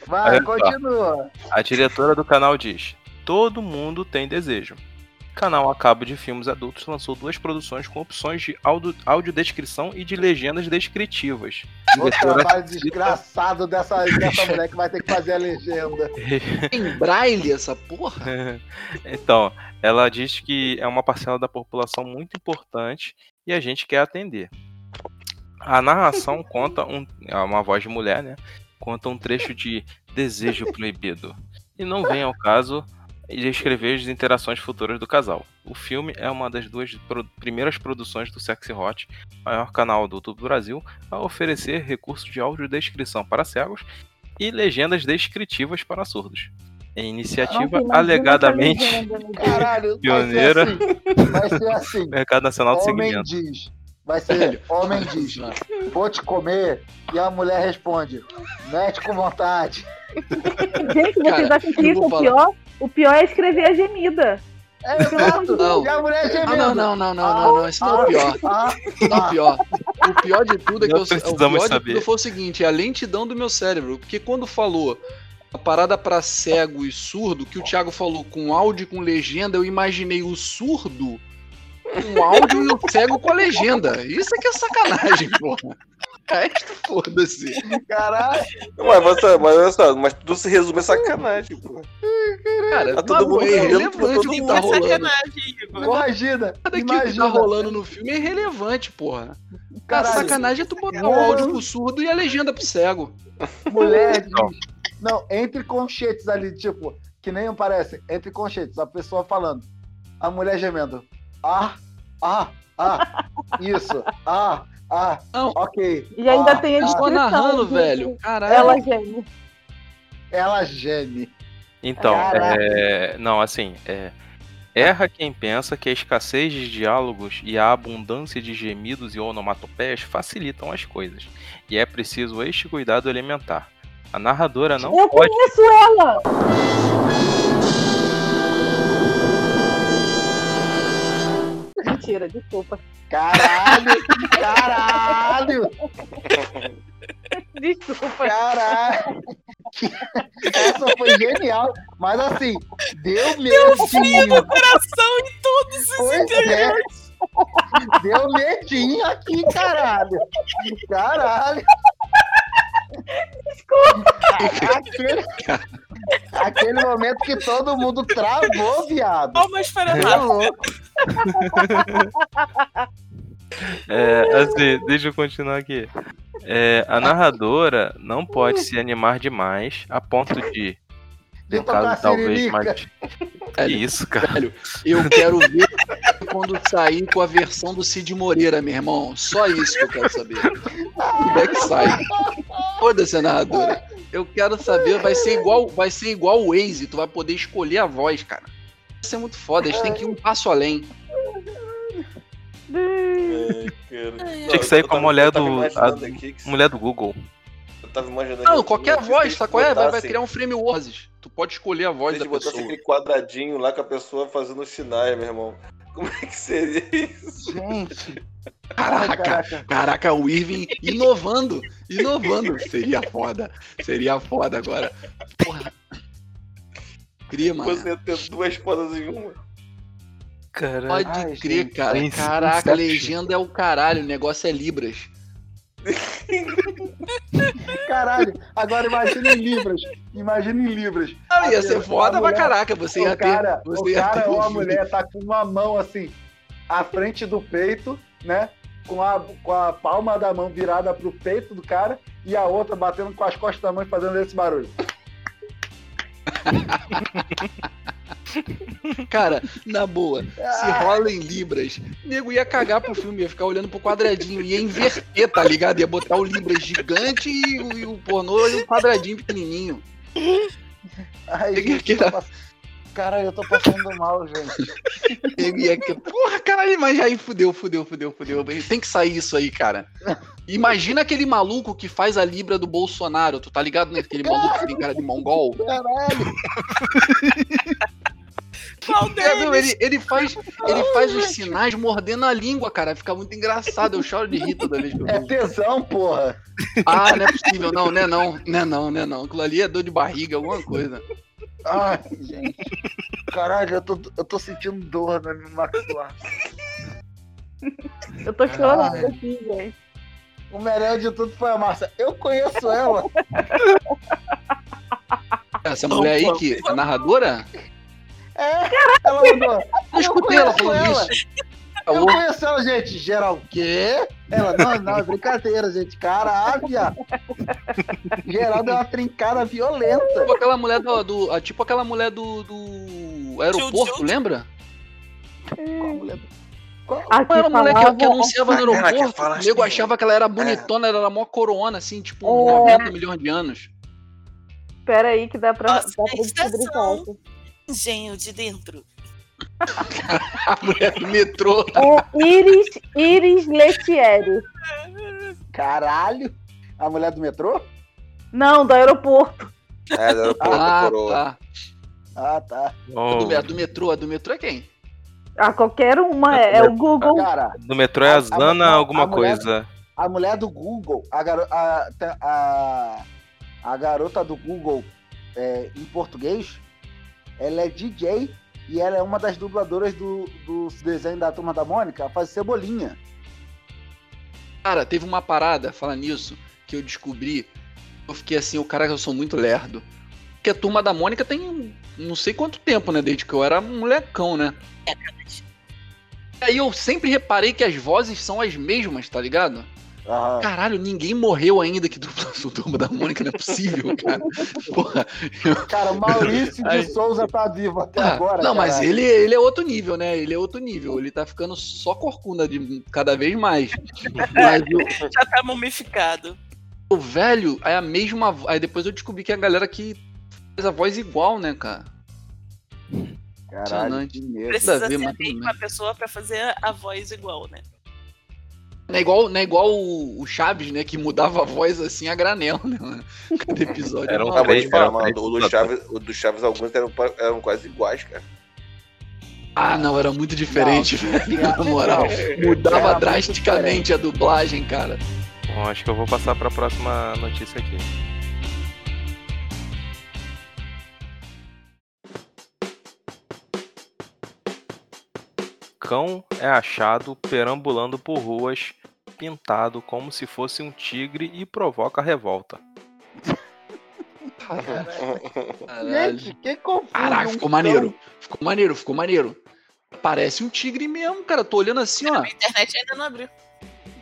Speaker 5: Vai,
Speaker 3: Olha só.
Speaker 5: continua.
Speaker 3: A diretora do canal diz: Todo mundo tem desejo. O canal a cabo de filmes adultos lançou duas produções com opções de audio, audiodescrição e de legendas descritivas.
Speaker 5: O trabalho desgraçado dessa, dessa mulher que vai ter que fazer a legenda.
Speaker 7: Em braille essa porra?
Speaker 3: então, ela diz que é uma parcela da população muito importante e a gente quer atender. A narração conta um, é uma voz de mulher, né? Conta um trecho de desejo proibido. E não vem ao caso de escrever as interações futuras do casal. O filme é uma das duas pro- primeiras produções do Sexy Hot, maior canal adulto do Brasil, a oferecer recursos de audiodescrição para cegos e legendas descritivas para surdos. Em iniciativa alegadamente
Speaker 5: Caralho,
Speaker 3: Pioneira.
Speaker 5: vai ser assim. Vai ser assim.
Speaker 3: Mercado Nacional do
Speaker 5: homem
Speaker 3: Segmento.
Speaker 5: diz. Vai ser homem diz. Vou te comer. E a mulher responde. Mete com vontade.
Speaker 4: Gente, vocês
Speaker 7: Cara,
Speaker 4: acham que
Speaker 7: eu
Speaker 4: isso é
Speaker 7: vou
Speaker 4: o
Speaker 7: falar.
Speaker 4: pior? O pior é escrever a gemida.
Speaker 5: É exato.
Speaker 7: Não.
Speaker 5: E a mulher gemendo.
Speaker 7: Ah, não, não, não, não, não, não. Isso não é o pior.
Speaker 5: Ah,
Speaker 7: O pior, o pior de tudo é que
Speaker 3: Não
Speaker 7: eu, o
Speaker 3: precisamos
Speaker 7: pior
Speaker 3: saber.
Speaker 7: de tudo foi o seguinte, é a lentidão do meu cérebro, porque quando falou a parada pra cego e surdo, que o Thiago falou com áudio e com legenda, eu imaginei o surdo com áudio e o cego com a legenda. Isso é que é sacanagem, porra. Resto, foda-se.
Speaker 5: caralho.
Speaker 8: Mas, você, mas olha só, mas tudo se resume a sacanagem, pô.
Speaker 7: Cara, tá
Speaker 8: Tá todo
Speaker 7: todo
Speaker 8: mundo
Speaker 7: é
Speaker 8: falando,
Speaker 7: irrelevante
Speaker 8: todo
Speaker 7: o que
Speaker 8: mundo
Speaker 7: tá
Speaker 8: é
Speaker 7: rolando.
Speaker 6: Sacanagem, Igor.
Speaker 5: Imagina.
Speaker 7: Nada que o que
Speaker 5: Imagina.
Speaker 7: tá rolando no filme é irrelevante, porra. Cara,
Speaker 5: Caralho.
Speaker 7: sacanagem é tu botar o áudio pro surdo e a legenda pro cego.
Speaker 5: Mulher
Speaker 3: Não.
Speaker 5: diz. Não, entre conchetes ali, tipo, que nem parece, entre conchetes, a pessoa falando, a mulher gemendo. Ah, ah, ah, isso, ah, ah,
Speaker 7: Não.
Speaker 5: ok.
Speaker 4: E ainda
Speaker 5: ah,
Speaker 4: tem a
Speaker 5: ah.
Speaker 7: Só
Speaker 4: descrição.
Speaker 7: narrando,
Speaker 4: de-
Speaker 7: velho. Caralho.
Speaker 4: Ela geme.
Speaker 5: Ela geme.
Speaker 3: Então,
Speaker 5: Caraca.
Speaker 3: é, não, assim, é, erra quem pensa que a escassez de diálogos e a abundância de gemidos e onomatopeias facilitam as coisas. E é preciso este cuidado elementar. A narradora não
Speaker 4: Eu
Speaker 3: pode.
Speaker 4: conheço ela! Mentira, desculpa.
Speaker 5: Caralho, caralho,
Speaker 4: Desculpa.
Speaker 5: caralho. Essa foi genial, mas assim, deu medo de mim.
Speaker 6: Coração em todos os
Speaker 5: Pois é, Deu medinho aqui, caralho. Caralho. Desculpa. Aquele, aquele momento que todo mundo travou, viado.
Speaker 6: Palmas para
Speaker 5: Tá
Speaker 6: lá.
Speaker 5: louco.
Speaker 3: É, assim, deixa eu continuar aqui. É, a narradora não pode se animar demais a ponto de.
Speaker 5: De
Speaker 3: No
Speaker 5: tocar
Speaker 3: caso, talvez,
Speaker 5: siririca.
Speaker 3: mas. Que isso, cara.
Speaker 7: Eu quero ver quando sair com a versão do Cid Moreira, meu irmão. Só isso que eu quero saber. Como é que sai? Foda-se, a narradora. Eu quero saber, vai ser igual, vai ser igual o Waze, tu vai poder escolher a voz, cara. Vai ser muito foda, a gente tem que ir um passo além.
Speaker 3: Tinha que sair com a mulher do- a-
Speaker 8: Mulher...
Speaker 3: Mulher do Google.
Speaker 8: Eu tava imaginando
Speaker 7: Não,
Speaker 8: aqui,
Speaker 7: qualquer
Speaker 8: meu,
Speaker 7: voz,
Speaker 8: se
Speaker 7: tá qual é? Vai, vai
Speaker 8: botassem-
Speaker 7: criar um frame Wars. Tu pode escolher a voz
Speaker 8: se
Speaker 7: da
Speaker 8: eles botassem
Speaker 7: pessoa.
Speaker 8: aquele quadradinho lá com a pessoa fazendo os sinais, meu irmão. Como é que seria isso?
Speaker 5: Gente. ai,
Speaker 7: Caraca, caraca, o Irving inovando, inovando. Seria foda, seria foda agora. Porra. Cria, mano.
Speaker 8: Você ia ter duas fodas em uma.
Speaker 3: Caralho.
Speaker 7: Pode
Speaker 5: Ai,
Speaker 7: crer,
Speaker 5: gente,
Speaker 7: cara.
Speaker 3: foi
Speaker 7: Caraca,
Speaker 3: Inception.
Speaker 7: a legenda é o caralho, o negócio é Libras.
Speaker 5: Caralho. Agora imagina em Libras. Imagina em Libras.
Speaker 7: Ah, ia
Speaker 5: A
Speaker 7: ser
Speaker 5: mulher-
Speaker 7: foda
Speaker 5: a
Speaker 7: pra
Speaker 5: mulher-
Speaker 7: caraca. Você ia
Speaker 5: o cara,
Speaker 7: ter. Você
Speaker 5: o
Speaker 7: ia
Speaker 5: cara
Speaker 7: ter um
Speaker 5: ou a
Speaker 7: ouvido.
Speaker 5: mulher tá com uma mão assim, à frente do peito, né? Com a, com a palma da mão virada pro peito do cara e a outra batendo com as costas da mão e fazendo esse barulho.
Speaker 7: Cara, na boa, se
Speaker 5: Ah.
Speaker 7: rola em Libras, nego ia cagar pro filme, ia ficar olhando pro quadradinho, ia inverter, tá ligado? Ia botar o Libras gigante e o, e o pornô e o quadradinho pequenininho.
Speaker 5: Ai,
Speaker 7: Peguei
Speaker 5: gente, eu tô
Speaker 7: aqui,
Speaker 5: pass- Cara, eu tô passando mal, gente.
Speaker 7: Nego ia é que. Porra, caralho, mas aí fudeu, fudeu, fudeu, fudeu. Tem que sair isso aí, cara. Imagina aquele maluco que faz a Libra do Bolsonaro, tu tá ligado, né? Aquele maluco que tem cara de mongol. tá
Speaker 5: Caralho,
Speaker 6: Qual
Speaker 7: É, não,
Speaker 6: deles?
Speaker 7: ele, ele faz, ele faz os sinais mordendo a língua, cara. Fica muito engraçado. Eu choro de rir toda vez que eu
Speaker 5: é
Speaker 7: vejo.
Speaker 5: tesão, porra.
Speaker 7: Ah, não é possível. Não, não é não. Não é não, não é não. Aquilo ali é dor de barriga, alguma coisa.
Speaker 5: Ai, gente. Caralho, eu tô, eu tô sentindo dor no meu maxilar.
Speaker 4: Eu tô chorando
Speaker 5: Caralho.
Speaker 4: aqui, gente.
Speaker 5: O melhor de tudo foi a Márcia. Eu conheço ela.
Speaker 7: Essa mulher aí que é narradora?
Speaker 5: É, ela mandou.
Speaker 7: Eu escutei ela falando
Speaker 5: conheço
Speaker 7: isso. É
Speaker 5: Eu
Speaker 7: Alô?
Speaker 5: conheço ela, gente. Geral o quê? Ela, não, não, é brincadeira, gente. Caralho, viado. Geral deu uma trincada violenta.
Speaker 7: Tipo aquela mulher do. do- tipo aquela mulher do, do aeroporto,
Speaker 6: Tchau, tchau.
Speaker 7: lembra?
Speaker 5: Qual a mulher do- Qual-
Speaker 4: Aqui
Speaker 7: Não era uma mulher que, que
Speaker 4: falava-
Speaker 7: anunciava no
Speaker 8: Aquela que
Speaker 7: aeroporto.
Speaker 8: fala
Speaker 7: O nego
Speaker 8: assim,
Speaker 7: achava que ela era bonitona, ela era mó coroona, assim, tipo,
Speaker 4: É.
Speaker 7: 90 milhões de anos.
Speaker 4: Pera aí que dá pra,
Speaker 6: Nossa,
Speaker 4: dá pra descobrir
Speaker 6: sensação.
Speaker 4: isso.
Speaker 6: Engenho de dentro.
Speaker 7: A mulher do metrô.
Speaker 4: É Iris, Iris Letieri.
Speaker 5: Caralho. A mulher do metrô?
Speaker 4: Não, do aeroporto.
Speaker 8: É, da aeroporto,
Speaker 7: Ah,
Speaker 8: coroa.
Speaker 7: tá.
Speaker 5: Ah, tá.
Speaker 7: A
Speaker 3: Oh,
Speaker 7: do- a do metrô, a do metrô é quem?
Speaker 4: Ah, qualquer uma, é, é o Google.
Speaker 5: Cara,
Speaker 3: no metrô é a Zana
Speaker 5: a- a
Speaker 3: alguma
Speaker 5: mulher-
Speaker 3: coisa.
Speaker 5: a mulher do Google, a, garo- a, a, a garota do Google é, em português, ela é DJ e ela é uma das dubladoras do, do desenho da Turma da Mônica. Ela faz cebolinha.
Speaker 7: Cara, teve uma parada, falar nisso, que eu descobri. Eu fiquei assim, o cara eu sou muito lerdo. Porque a turma da Mônica tem um- não sei quanto tempo, né? Desde que eu era molecão, né? E Aí eu sempre reparei que as vozes são as mesmas, tá ligado?
Speaker 5: Aham.
Speaker 7: Caralho, ninguém morreu ainda que dubla o Turma da Mônica, não é possível, cara. Porra.
Speaker 5: Cara, Maurício
Speaker 7: Aí-
Speaker 5: de Souza tá vivo até
Speaker 7: Ah,
Speaker 5: agora.
Speaker 7: não, mas
Speaker 5: caralho.
Speaker 7: ele, ele é outro nível, né? Ele é outro nível. Ele tá ficando só corcunda de cada vez mais. Mas o,
Speaker 6: Já tá mumificado.
Speaker 7: O velho é a mesma. vo- Aí depois eu descobri que é a galera que faz a voz igual, né, cara?
Speaker 5: Caralho, que medo.
Speaker 7: Precisa
Speaker 6: Precisa
Speaker 7: ver,
Speaker 6: ser
Speaker 7: mas
Speaker 6: a
Speaker 7: tudo
Speaker 6: mesma pessoa pra fazer a voz igual, né?
Speaker 7: Não é igual, não é igual o, o Chaves, né? Que mudava a voz assim a granel, né? mano? Cada episódio.
Speaker 3: Era um
Speaker 7: uma
Speaker 8: Ah,
Speaker 7: voz.
Speaker 8: mas,
Speaker 3: Três,
Speaker 8: cara,
Speaker 3: cara,
Speaker 8: mano,
Speaker 3: três
Speaker 8: o do
Speaker 3: dubladores.
Speaker 8: Chaves, o do Chaves alguns eram, pa- eram quase iguais, cara.
Speaker 7: Ah, não, era muito diferente, velho. Na moral.
Speaker 5: era
Speaker 7: Mudava
Speaker 5: muito
Speaker 7: drasticamente a dublagem, cara.
Speaker 3: Bom, acho que eu vou passar pra próxima notícia aqui. Cão é achado perambulando por ruas, pintado como se fosse um tigre e provoca revolta.
Speaker 7: Caralho.
Speaker 5: Gente, que confuso. um
Speaker 7: Caraca, ficou maneiro. Ficou maneiro, ficou maneiro. Parece um tigre mesmo, cara. Tô olhando assim, ó.
Speaker 6: A internet ainda não abriu.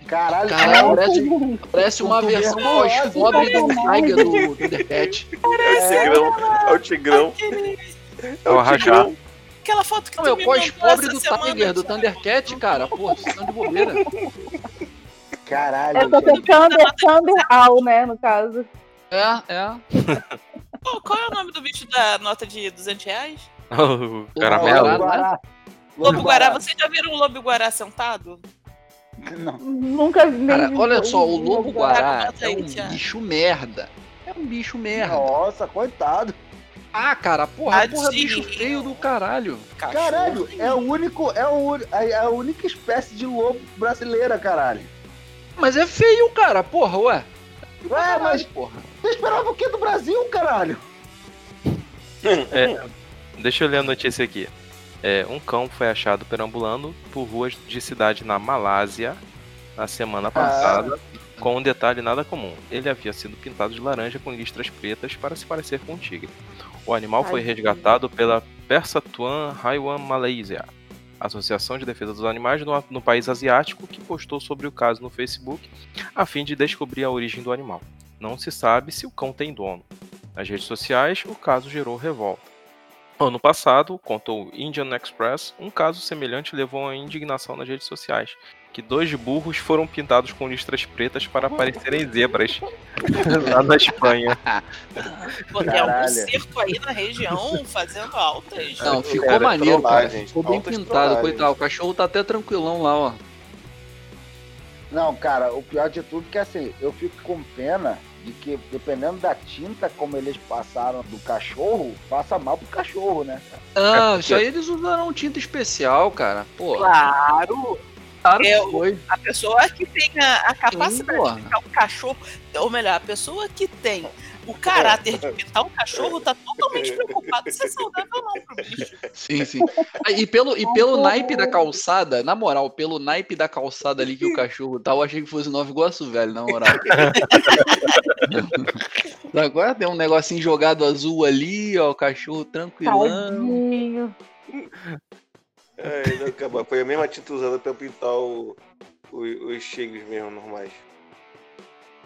Speaker 5: Caralho,
Speaker 7: Caralho,
Speaker 5: cara,
Speaker 4: É
Speaker 7: parece- Parece uma versão pós-pobre do Tiger do Thundercat.
Speaker 8: É o Tigrão. É o Tigrão.
Speaker 6: Aquele-
Speaker 8: É o
Speaker 3: Ó, rachar.
Speaker 8: Tigrão.
Speaker 6: Aquela foto que
Speaker 7: Não, é meu
Speaker 6: tu me
Speaker 7: pós-pobre do
Speaker 6: mandou essa
Speaker 7: Tiger,
Speaker 6: semana,
Speaker 7: do
Speaker 6: Thiago.
Speaker 7: Thundercat, cara. Pô, vocês estão de bobeira.
Speaker 5: Caralho,
Speaker 4: É porque
Speaker 5: gente.
Speaker 4: Thunder, Thunder Owl, né, no caso.
Speaker 7: É, é.
Speaker 6: Pô, qual é o nome do bicho da nota de 200 reais?
Speaker 3: O
Speaker 7: Caramelo.
Speaker 5: Lobo
Speaker 3: caramelo.
Speaker 5: Guará.
Speaker 6: Lobo Guará, vocês já viram o Lobo Guará sentado?
Speaker 5: Não.
Speaker 4: Nunca nem
Speaker 7: Cara,
Speaker 4: vi
Speaker 7: olha
Speaker 4: um-
Speaker 7: só, o Lobo Guará
Speaker 6: Bota
Speaker 7: é
Speaker 6: aí,
Speaker 7: um
Speaker 6: Thiago.
Speaker 7: bicho merda. É um bicho merda.
Speaker 5: Nossa, coitado.
Speaker 7: Ah, cara, porra,
Speaker 6: Tadinho.
Speaker 7: porra, bicho feio do caralho.
Speaker 6: Cachorro.
Speaker 5: Caralho, é o único, é, o, uni- é a única espécie de lobo brasileira, caralho.
Speaker 7: Mas é feio, cara, porra, ué.
Speaker 5: Ué, É, mas
Speaker 7: porra.
Speaker 5: você esperava o que do Brasil, caralho?
Speaker 3: Deixa eu ler a notícia aqui. É, um cão foi achado perambulando por ruas de cidade na Malásia na semana passada, com um detalhe nada comum. Ele havia sido pintado de laranja com listras pretas para se parecer com um tigre. O animal foi
Speaker 4: Tadinho.
Speaker 3: resgatado pela Persatuan Haiwan Malaysia, Associação de Defesa dos Animais no, no país asiático, que postou sobre o caso no Facebook a fim de descobrir a origem do animal. Não se sabe se o cão tem dono. Nas redes sociais, o caso gerou revolta. Ano passado, contou o Indian Express, um caso semelhante levou a indignação nas redes sociais, que dois burros foram pintados com listras pretas para parecerem zebras, lá na Espanha.
Speaker 6: Pô, Tem algum
Speaker 5: Caralho.
Speaker 6: é um circo aí na região fazendo altas?
Speaker 7: Não, ficou
Speaker 8: Cara,
Speaker 7: maneiro, cara.
Speaker 8: trollagem,
Speaker 7: Ficou bem
Speaker 8: altas
Speaker 7: pintado,
Speaker 8: trollagens.
Speaker 7: coitado. O cachorro tá até tranquilão lá, ó.
Speaker 5: Não, cara, o pior de tudo é que assim, eu fico com pena de que, dependendo da tinta como eles passaram do cachorro, passa mal pro cachorro, né? cara?
Speaker 7: Ah,
Speaker 3: É,
Speaker 7: isso aí eles usaram tinta especial, cara. Pô,
Speaker 6: Claro,
Speaker 7: claro
Speaker 6: é
Speaker 7: que
Speaker 6: o-
Speaker 7: foi.
Speaker 6: a pessoa que tem a, a capacidade
Speaker 7: porra.
Speaker 6: de pintar um cachorro, ou melhor, a pessoa que tem o caráter
Speaker 7: É.
Speaker 6: de pintar um cachorro tá totalmente preocupada se é saudável ou não pro bicho.
Speaker 7: Sim, sim. Ah, E pelo, e pelo naipe da calçada, na moral, pelo naipe da calçada ali que o cachorro tá, eu achei que fosse Nova Iguaçu, velho, na moral. Agora tem um negocinho jogado azul ali, ó, o cachorro tranquilão.
Speaker 4: Tadinho.
Speaker 8: É, ele acaba- Foi a mesma tinta usada pra pintar o- o- os tigres mesmo, normais.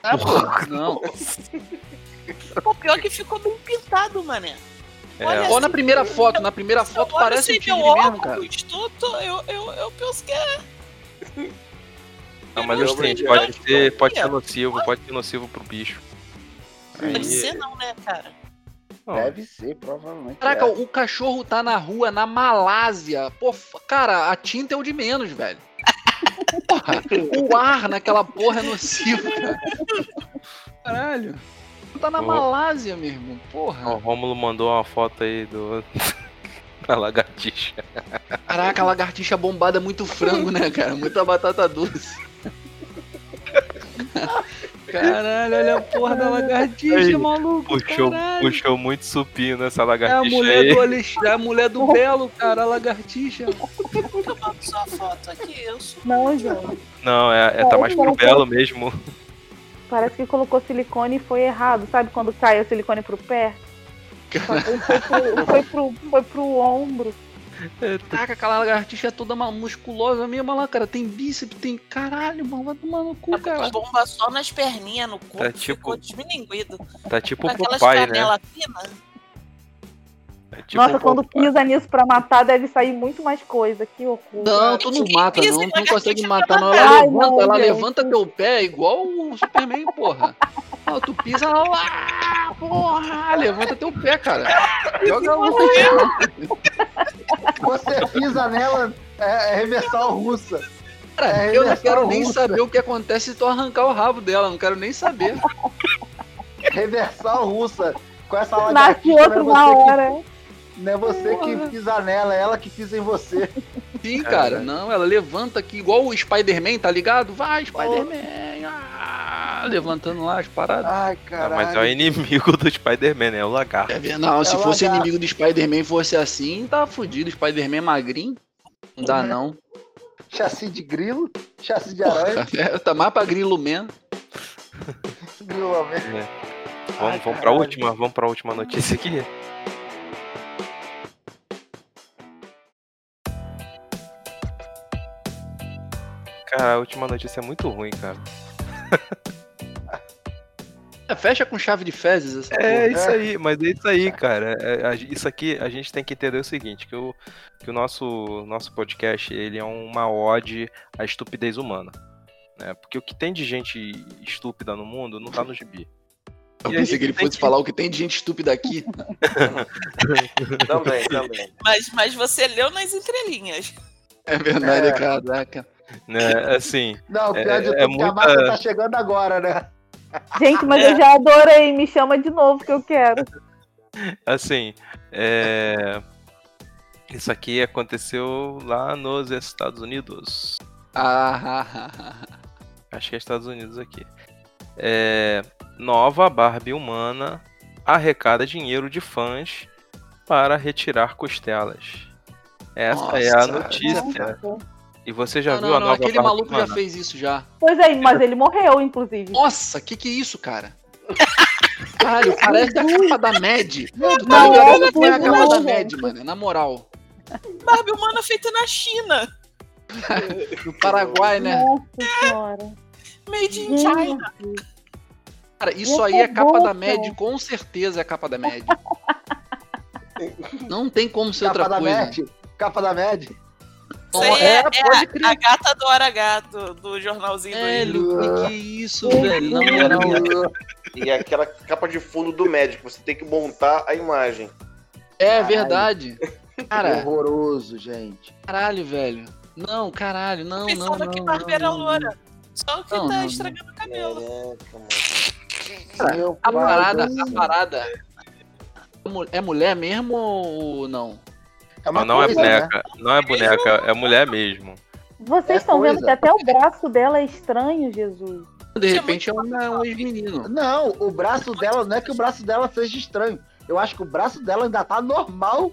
Speaker 7: Ah, pô, não.
Speaker 6: Pô, pior que ficou bem pintado, mané.
Speaker 3: É,
Speaker 7: Ó, na primeira foto, na primeira foto
Speaker 6: Eu olho
Speaker 7: parece um
Speaker 6: sem
Speaker 7: tigre
Speaker 6: meu
Speaker 7: mesmo, cara.
Speaker 6: óculos, tô- tô- eu, eu, eu penso que é.
Speaker 3: não, mas é o seguinte,
Speaker 8: Eu-
Speaker 3: pode ser, pode ser
Speaker 6: Olha,
Speaker 3: nocivo, pode ser nocivo pro bicho.
Speaker 6: Pode
Speaker 3: Aí-
Speaker 6: ser não, né, cara?
Speaker 3: não,
Speaker 5: Deve ser, provavelmente.
Speaker 7: Caraca,
Speaker 5: é.
Speaker 7: o cachorro tá na rua, na Malásia. Pô, f- cara, a tinta é o de menos, velho. Porra, o ar naquela porra é nocivo, cara. Caralho. Tá na
Speaker 3: Ô.
Speaker 7: Malásia, meu irmão.
Speaker 3: O
Speaker 7: Porra.
Speaker 3: Rômulo mandou uma foto aí do. da lagartixa.
Speaker 7: Caraca, a lagartixa bombada é muito frango, né, cara? Muita batata doce. Caralho, olha a porra da
Speaker 3: Aí,
Speaker 7: lagartixa, maluco.
Speaker 3: Puxou,
Speaker 7: caralho.
Speaker 3: puxou muito supino essa
Speaker 7: É a
Speaker 3: lagartixa
Speaker 7: mulher
Speaker 3: aí.
Speaker 7: do Alex... é a mulher do Belo, cara, a lagartixa.
Speaker 6: Eu mando só foto aqui, eu sou.
Speaker 4: Não, gente.
Speaker 3: Não, é, é- tá mais pro belo mesmo.
Speaker 4: Parece que colocou silicone e foi errado. Sabe quando cai o silicone pro pé? Só que Foi pro, foi pro, foi pro ombro.
Speaker 7: Caraca, aquela lagartixa é toda ma- musculosa mesmo, olha lá, cara. Tem bíceps, tem. Caralho, mano, vai tomar no cu,
Speaker 6: A
Speaker 7: cara.
Speaker 6: bomba só nas perninhas, no corpo,
Speaker 3: É tipo-
Speaker 6: ficou desmininguido.
Speaker 3: Tá tipo
Speaker 6: Com
Speaker 3: o
Speaker 6: aquelas
Speaker 3: Popeye, né?
Speaker 6: canelas finas.
Speaker 3: É tipo
Speaker 4: Nossa,
Speaker 3: o
Speaker 4: quando
Speaker 3: Popeye.
Speaker 4: pisa nisso pra matar, deve sair muito mais coisa. Que horror.
Speaker 7: Não, tu não
Speaker 6: Ninguém
Speaker 7: mata,
Speaker 6: pisa
Speaker 7: não.
Speaker 6: em
Speaker 7: Tu não consegue
Speaker 6: lagartixa
Speaker 7: matar, não.
Speaker 4: pra
Speaker 7: Ela
Speaker 4: caralho,
Speaker 7: levanta,
Speaker 4: não,
Speaker 7: ela
Speaker 4: gente.
Speaker 7: levanta teu pé igual o Superman, porra. Ah, tu pisa ela lá, porra, levanta teu pé, cara. Joga ela lá.
Speaker 5: Você pisa nela, é, é reversal russa.
Speaker 7: Cara,
Speaker 5: É,
Speaker 7: eu não
Speaker 5: reversal
Speaker 7: quero nem
Speaker 5: russa.
Speaker 7: saber o que acontece se tu arrancar o rabo dela, não quero nem saber.
Speaker 5: Reversal russa. Com essa
Speaker 4: Nasce
Speaker 5: lagartixa,
Speaker 4: outro na
Speaker 5: não é você,
Speaker 4: hora.
Speaker 5: que, não é você que pisa nela, é ela que pisa em você.
Speaker 7: Sim,
Speaker 3: Caralho.
Speaker 7: cara, não, ela levanta aqui igual o Spider-Man, tá ligado? Vai, Spider-Man! ah, levantando lá as paradas.
Speaker 5: Ai,
Speaker 3: Não,
Speaker 5: caralho.
Speaker 3: mas é o inimigo do Spider-Man, né? É o lagarto.
Speaker 7: É verdade, não, se
Speaker 5: É
Speaker 7: fosse
Speaker 5: lagarto.
Speaker 7: inimigo do Spider-Man fosse assim, tá fudido. Spider-Man magrinho, é não dá não.
Speaker 5: Chassi de grilo, chassi de aranha,
Speaker 7: Porra, tá mais pra grilo mesmo.
Speaker 5: grilo mesmo. Ai,
Speaker 3: Vamos, vamos pra
Speaker 5: caralho.
Speaker 3: última, vamos pra última notícia aqui. Cara, a última notícia é muito ruim, cara.
Speaker 7: É, fecha com chave de fezes essa
Speaker 3: É
Speaker 7: porra.
Speaker 3: isso aí, mas é isso aí, cara. É, a- isso aqui a gente tem que entender o seguinte, que o, que o nosso, nosso podcast ele é uma ode à estupidez humana. Né? Porque o que tem de gente estúpida no mundo não tá no gibi.
Speaker 7: Eu
Speaker 3: E a
Speaker 7: pensei
Speaker 3: gente
Speaker 7: que ele
Speaker 3: tem
Speaker 7: fosse falar o que tem de gente estúpida aqui.
Speaker 8: Também, também.
Speaker 6: Mas, mas você leu nas entrelinhas.
Speaker 7: É verdade,
Speaker 5: É.
Speaker 7: caraca.
Speaker 3: Né? Assim,
Speaker 5: Não, o pior de
Speaker 3: É-
Speaker 5: tudo
Speaker 3: é
Speaker 5: é que
Speaker 3: muita-
Speaker 5: a massa tá chegando agora, né?
Speaker 4: Gente,
Speaker 5: É.
Speaker 4: mas eu já adorei. Me chama de novo que eu quero.
Speaker 3: assim, é, isso aqui aconteceu lá nos Estados Unidos.
Speaker 7: Ah, ah, ah, ah.
Speaker 3: Acho que é Estados Unidos aqui. É, nova Barbie humana arrecada dinheiro de fãs para retirar costelas. Essa é a
Speaker 7: Nossa,
Speaker 3: notícia. E você já
Speaker 7: Não,
Speaker 3: viu
Speaker 7: não,
Speaker 3: a
Speaker 7: não,
Speaker 3: nova
Speaker 7: aquele
Speaker 3: Barbie
Speaker 7: maluco já
Speaker 3: humana?
Speaker 7: fez isso já.
Speaker 4: Pois é, mas ele morreu, inclusive.
Speaker 7: Nossa, que que é isso, cara? Caralho, parece a capa da Mad. Não, tá
Speaker 4: Não,
Speaker 7: ligado?
Speaker 4: não,
Speaker 7: Não é a
Speaker 4: não,
Speaker 7: capa da
Speaker 4: não.
Speaker 7: Mad, mano, na moral.
Speaker 6: Barbie humana feita na China.
Speaker 7: No Paraguai, né?
Speaker 4: Nossa senhora.
Speaker 6: Made
Speaker 4: Uhum.
Speaker 6: in China.
Speaker 4: Gente,
Speaker 7: Cara, isso
Speaker 4: Essa
Speaker 7: aí é capa da
Speaker 4: boca.
Speaker 7: Mad, com certeza é a capa da Mad. Não tem como ser
Speaker 5: Capa
Speaker 7: é outra
Speaker 5: da
Speaker 7: coisa.
Speaker 5: Med, capa da Med.
Speaker 6: Isso aí é,
Speaker 7: É,
Speaker 6: é
Speaker 7: pode
Speaker 6: a,
Speaker 7: crer.
Speaker 6: a gata do hora gato, do jornalzinho do Rio.
Speaker 7: Velho, que que é isso, velho? Na moral.
Speaker 5: é
Speaker 8: E aquela capa de fundo do médico, você tem que montar a imagem.
Speaker 7: É
Speaker 5: Caralho.
Speaker 7: verdade. Cara,
Speaker 5: Horroroso, gente.
Speaker 7: caralho, velho. Não, caralho, não, não, não.
Speaker 6: Pensando que Barbie
Speaker 7: não,
Speaker 6: era
Speaker 7: não, não.
Speaker 6: loura. Só o que
Speaker 7: Não, não,
Speaker 6: tá
Speaker 7: não. é.
Speaker 6: estragando o cabelo.
Speaker 8: Caraca, mano.
Speaker 5: Meu
Speaker 7: A
Speaker 5: pai
Speaker 7: parada,
Speaker 5: do
Speaker 7: a
Speaker 5: céu.
Speaker 7: parada. é mu- É mulher mesmo ou não?
Speaker 5: É
Speaker 3: Mas não é
Speaker 5: coisa, né?
Speaker 3: boneca, não é boneca, é mulher mesmo.
Speaker 4: Vocês
Speaker 5: É
Speaker 4: estão vendo
Speaker 5: coisa.
Speaker 4: que até o braço dela é estranho, Jesus.
Speaker 7: De
Speaker 6: Isso é
Speaker 7: repente é um, é um ex-menino.
Speaker 5: Não, o braço dela não é que o braço dela seja estranho. Eu acho que o braço dela ainda tá normal.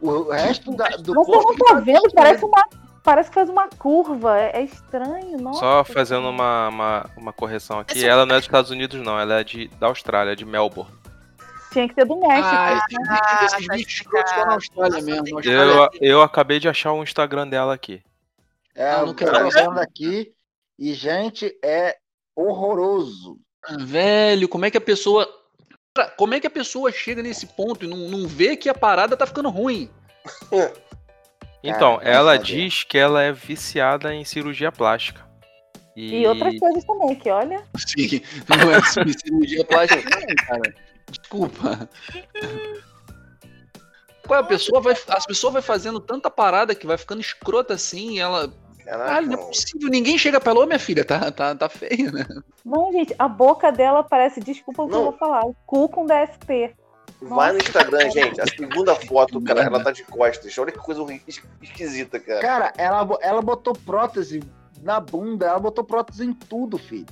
Speaker 5: O resto da-
Speaker 4: Tipo,
Speaker 5: do
Speaker 4: Mas eu
Speaker 5: corpo.
Speaker 4: não tá tô vendo, parece uma. Parece que faz uma curva. É, é estranho, nossa.
Speaker 3: Só fazendo uma, uma, uma correção aqui.
Speaker 6: Essa-
Speaker 3: Ela não é dos Estados Unidos, não. Ela é de, da Austrália, de Melbourne.
Speaker 4: Tinha que ser do México.
Speaker 7: Ah, esses bichos- esses
Speaker 6: tá
Speaker 7: bichos escrotos só na Austrália mesmo. na Austrália.
Speaker 3: Eu, eu acabei de achar o Instagram dela aqui.
Speaker 5: É,
Speaker 7: Não,
Speaker 5: eu
Speaker 7: não
Speaker 5: tô
Speaker 7: quero ver.
Speaker 5: vendo aqui. E, gente, é horroroso.
Speaker 7: Velho, como é que a pessoa. Cara, Como é que a pessoa chega nesse ponto e não, não vê que a parada tá ficando ruim?
Speaker 3: Então,
Speaker 5: Cara,
Speaker 3: ela
Speaker 5: que
Speaker 3: diz que ela é viciada em cirurgia plástica. E,
Speaker 4: E outras coisas também, que olha.
Speaker 7: Sim, não é cirurgia plástica, não, cara. Desculpa. Qual é a pessoa vai, as pessoas vai fazendo tanta parada que vai ficando escrota assim, e ela,
Speaker 8: Caraca,
Speaker 7: caralho, não é
Speaker 8: mano.
Speaker 7: possível, ninguém chega pra ela, ô minha filha, tá, tá, tá feia, né?
Speaker 4: Não, gente, a boca dela parece, desculpa o que
Speaker 8: Não.
Speaker 4: eu vou falar, o cu com DST.
Speaker 8: Vai no Instagram, gente. A segunda foto, cara,
Speaker 7: Mano.
Speaker 8: ela tá de costas. Olha que coisa horrível, es- esquisita, cara.
Speaker 5: Cara, ela, bo- ela botou prótese na bunda, ela botou prótese em tudo, filho.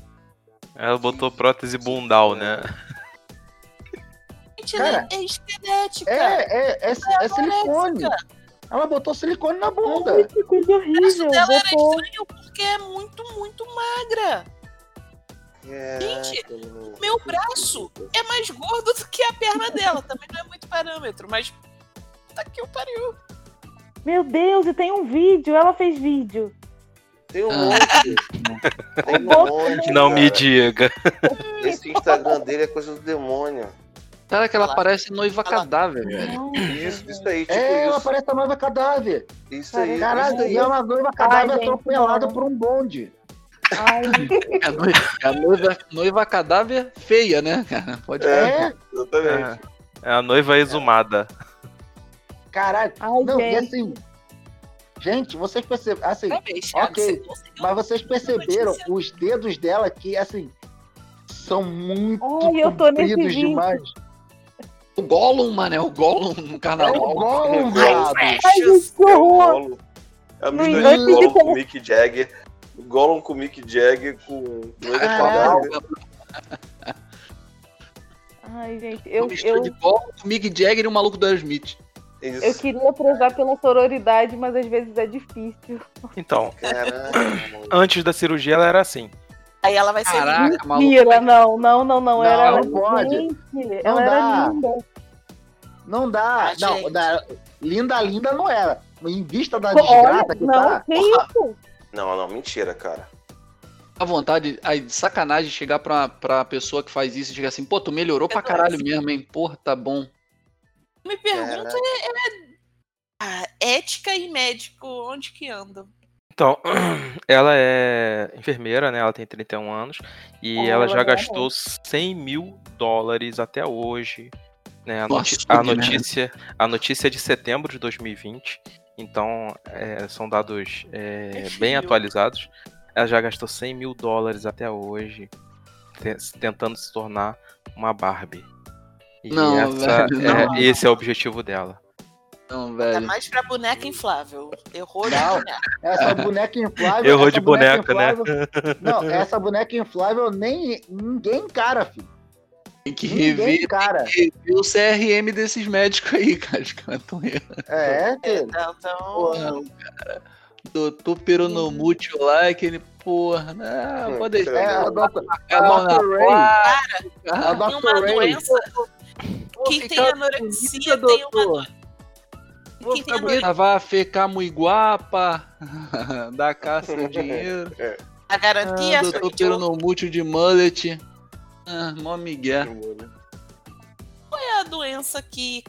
Speaker 3: Ela botou prótese bundal, né?
Speaker 6: Gente,
Speaker 5: Cara,
Speaker 6: ela é esquelética.
Speaker 5: É, é, é, é silicone. Ela botou silicone na bunda.
Speaker 4: Que coisa
Speaker 7: é,
Speaker 4: horrível.
Speaker 6: O dela era
Speaker 4: Botou...
Speaker 6: estranho porque é muito, muito magra. Gente,
Speaker 8: Caraca, mano.
Speaker 6: Meu braço é mais gordo do que a perna dela. Também não é muito parâmetro, mas. Tá que eu pariu.
Speaker 4: Meu Deus, e tem um vídeo, ela fez vídeo.
Speaker 8: Tem um
Speaker 7: Ah.
Speaker 8: monte. Tem um monte.
Speaker 3: Não me
Speaker 8: cara.
Speaker 3: diga.
Speaker 8: Esse Instagram dele é coisa do demônio.
Speaker 7: Cara, que ela
Speaker 6: Ela-
Speaker 7: parece noiva
Speaker 6: ela-
Speaker 7: cadáver, velho.
Speaker 4: Não,
Speaker 8: Isso, isso aí, tipo
Speaker 5: É, ela
Speaker 8: isso. É
Speaker 5: parece a noiva cadáver.
Speaker 8: Isso aí,
Speaker 5: Caralho,
Speaker 8: isso aí.
Speaker 5: e ela noiva cadáver
Speaker 4: gente,
Speaker 5: atropelada
Speaker 4: não.
Speaker 5: por um bonde.
Speaker 4: ai,
Speaker 7: É a noiva, é a noiva, noiva cadáver feia, né, cara? Pode ser.
Speaker 5: É,
Speaker 8: Exatamente.
Speaker 3: É a noiva exumada.
Speaker 5: caralho.
Speaker 4: ai,
Speaker 5: Não, e
Speaker 4: gente.
Speaker 5: assim. Gente, vocês perceberam. Assim,
Speaker 6: Parabéns, Thiago,
Speaker 5: Ok,
Speaker 6: né, você conseguiu.
Speaker 5: mas vocês perceberam os dedos dela que, assim, são muito
Speaker 4: Ai, eu tô nesse
Speaker 5: compridos
Speaker 4: vídeo.
Speaker 5: demais.
Speaker 7: O Gollum, mano, é o Gollum no
Speaker 6: Tá
Speaker 5: É o Gollum,
Speaker 7: carnaval.
Speaker 8: Gollum.
Speaker 5: viado.
Speaker 4: Ai, gente, que
Speaker 8: É o
Speaker 4: horror.
Speaker 8: Gollum. É a
Speaker 4: No
Speaker 8: mistura de
Speaker 4: inglês
Speaker 8: Gollum
Speaker 4: fica-
Speaker 8: com Mick Jagger. Gollum com Mick Jagger com noiva
Speaker 5: Caralho.
Speaker 8: cadáver.
Speaker 7: né?
Speaker 4: Ai, gente,
Speaker 7: Eu,
Speaker 4: eu,
Speaker 7: mistura
Speaker 4: eu,
Speaker 7: de Gollum com Mick Jagger e o maluco um do Aerosmith.
Speaker 8: Isso.
Speaker 4: Eu queria prezar pela sororidade, mas às vezes é difícil.
Speaker 3: Então,
Speaker 8: Caramba.
Speaker 3: antes da cirurgia ela era assim.
Speaker 6: Aí ela vai ser.
Speaker 7: Caraca, maluco.
Speaker 4: Mentira, não, não, não, não. Ela
Speaker 5: Ah, Não,
Speaker 4: era
Speaker 5: não pode.
Speaker 4: gente,
Speaker 5: Não
Speaker 4: Ela
Speaker 5: dá.
Speaker 4: era linda.
Speaker 5: Não dá.
Speaker 6: Ah,
Speaker 5: não,
Speaker 6: gente.
Speaker 5: dá- linda, linda não era. Em vista da
Speaker 4: Olha,
Speaker 5: desgrata que
Speaker 4: não,
Speaker 5: tá.
Speaker 4: que isso?
Speaker 8: Não, não, mentira, cara.
Speaker 7: A vontade, aí de sacanagem chegar pra, pra pessoa que faz isso e chegar assim, pô, tu melhorou pra caralho
Speaker 6: assim."
Speaker 7: mesmo, hein? Porra, tá bom.
Speaker 6: Me pergunta, é, é- ah, ética e médico, onde que andam?
Speaker 3: Então, ela é enfermeira, né? Ela tem 31 anos. E
Speaker 4: Olha,
Speaker 3: ela já
Speaker 4: olha.
Speaker 3: gastou 100 mil dólares até hoje. Né? A,
Speaker 7: No
Speaker 3: noti-
Speaker 7: açougue,
Speaker 3: a
Speaker 7: né?
Speaker 3: notícia, a notícia é de setembro de 2020. Então, é, são dados é,
Speaker 6: É
Speaker 3: bem
Speaker 6: frio.
Speaker 3: atualizados. Ela já gastou 100 mil dólares até hoje, te- tentando se tornar uma Barbie. E
Speaker 7: Não,
Speaker 3: essa-
Speaker 7: velho,
Speaker 3: é-
Speaker 6: não.
Speaker 3: esse é o objetivo dela.
Speaker 7: Então,
Speaker 6: Ainda
Speaker 7: velho.
Speaker 6: mais pra boneca inflável. Errou de
Speaker 5: Não.
Speaker 6: boneca.
Speaker 5: Essa boneca inflável.
Speaker 3: Errou
Speaker 5: essa
Speaker 3: de boneca, né?
Speaker 5: inflável- Não, essa boneca inflável nem ninguém encara, filho.
Speaker 7: Tem que
Speaker 5: Ninguém
Speaker 7: rever,
Speaker 5: encara.
Speaker 7: tem que rever o CRM desses médicos aí, cara. Os caras tão errando.
Speaker 5: É, filho.
Speaker 6: Então, então,
Speaker 7: Porra, cara. Doutor Peronomútil lá, aquele porra. Não, pode deixar. né?
Speaker 5: É, a
Speaker 7: É,
Speaker 5: Dr.
Speaker 7: a mão na
Speaker 5: Dr. Ray.
Speaker 7: placa,
Speaker 5: A
Speaker 7: cara.
Speaker 6: tem uma
Speaker 5: Dr. Ray.
Speaker 6: doença.
Speaker 7: Vou
Speaker 6: Quem tem
Speaker 7: ficar
Speaker 6: anorexia
Speaker 7: bonita,
Speaker 6: tem uma
Speaker 7: doutor.
Speaker 6: doença.
Speaker 7: Vou
Speaker 6: Quem tem
Speaker 7: ficar bonita, vai fecar muiguapa, dá caça no dinheiro.
Speaker 6: A
Speaker 7: Ah,
Speaker 6: garantia é
Speaker 7: doutor
Speaker 6: sua.
Speaker 7: Peronomútil de mullet. Ah, mó migué.
Speaker 6: Qual é a doença que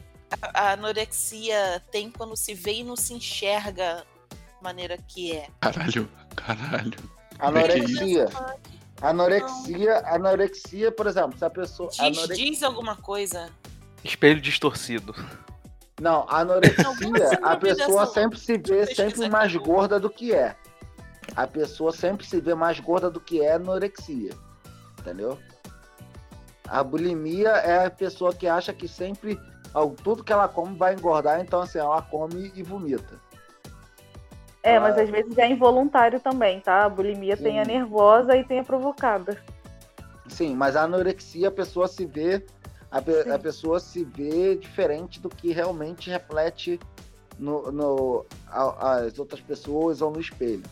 Speaker 6: a a anorexia tem quando se vê e não se enxerga da maneira que é?
Speaker 7: Caralho, caralho.
Speaker 5: Anorexia. Anorexia, anorexia, por exemplo, se a pessoa.
Speaker 6: Diz,
Speaker 5: Anore...
Speaker 6: diz alguma coisa.
Speaker 3: Espelho distorcido.
Speaker 5: Não,
Speaker 6: Alguma
Speaker 5: anorexia,
Speaker 6: síndrome
Speaker 5: a pessoa
Speaker 6: dessa-
Speaker 5: sempre se vê
Speaker 6: pesquisa
Speaker 5: sempre
Speaker 6: aqui.
Speaker 5: mais gorda do que é. A pessoa sempre se vê mais gorda do que é anorexia. Entendeu? A bulimia é a pessoa que acha que sempre ao- tudo que ela come vai engordar, então assim, ela come e vomita.
Speaker 4: É, mas às vezes é involuntário também, tá? A bulimia tem a
Speaker 5: Sim.
Speaker 4: nervosa e tem a provocada.
Speaker 5: Sim, mas a anorexia a pessoa se vê a, pe- a pessoa se vê diferente do que realmente reflete no, no- a- as outras pessoas ou no espelho.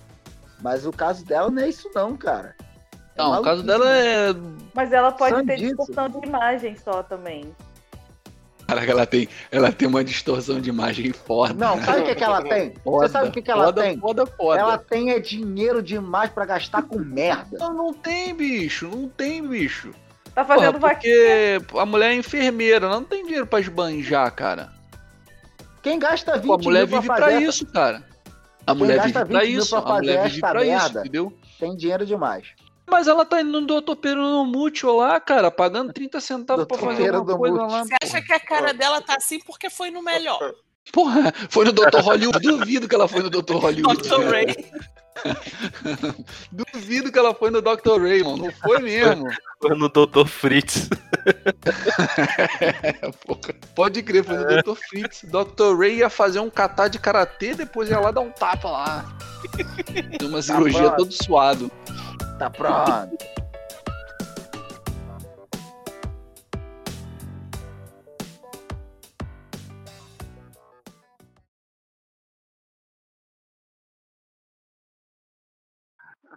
Speaker 5: Mas o caso dela não é isso não, cara. É
Speaker 7: Não, o caso
Speaker 5: maluquice,
Speaker 7: dela
Speaker 5: né?
Speaker 7: é.
Speaker 4: Mas ela pode ter
Speaker 5: Sandice.
Speaker 4: distorção de imagem só também.
Speaker 7: Caraca, ela tem, ela tem uma distorção de imagem foda.
Speaker 5: Não, sabe o que, que ela tem? Você sabe o que, que ela
Speaker 7: foda,
Speaker 5: tem?
Speaker 7: Foda, foda.
Speaker 5: Ela tem é dinheiro demais pra gastar com merda.
Speaker 7: Não, não tem, bicho. Não tem, bicho.
Speaker 4: Tá
Speaker 7: Porra,
Speaker 4: fazendo vaquinha.
Speaker 7: porque a mulher é enfermeira, ela não tem dinheiro pra esbanjar, cara.
Speaker 5: Quem gasta 20
Speaker 7: Pô, a mulher
Speaker 5: mil
Speaker 7: vive
Speaker 5: pra
Speaker 7: pra,
Speaker 5: fazer essa-
Speaker 7: isso, cara. A mulher
Speaker 5: gasta
Speaker 7: vive
Speaker 5: 20
Speaker 7: pra
Speaker 5: mil
Speaker 7: isso,
Speaker 5: pra
Speaker 7: a mulher
Speaker 5: fazer
Speaker 7: vive
Speaker 5: esta
Speaker 7: pra isso,
Speaker 5: merda?
Speaker 7: entendeu?
Speaker 5: tem dinheiro demais.
Speaker 7: Mas ela tá indo no doutor Peruno Mútil lá, cara, pagando 30 centavos pra
Speaker 5: Doutor
Speaker 7: fazer alguma
Speaker 5: Peruno Mútil.
Speaker 7: coisa lá.
Speaker 6: Você acha que a cara dela tá assim porque foi no melhor?
Speaker 7: Porra, foi no Dr. Hollywood. Duvido que ela foi no Dr. Hollywood.
Speaker 6: Dr.
Speaker 7: cara.
Speaker 6: Ray.
Speaker 7: Duvido que ela foi no Dr. Ray, mano. Não foi mesmo.
Speaker 3: Foi no Dr. Fritz.
Speaker 7: É, porra. É. Pode crer, foi no Dr. Fritz. Dr. Ray ia fazer um catar de karatê, depois ia lá dar um tapa lá. Deu uma cirurgia
Speaker 5: pronto.
Speaker 7: todo suado.
Speaker 5: Tá pronto.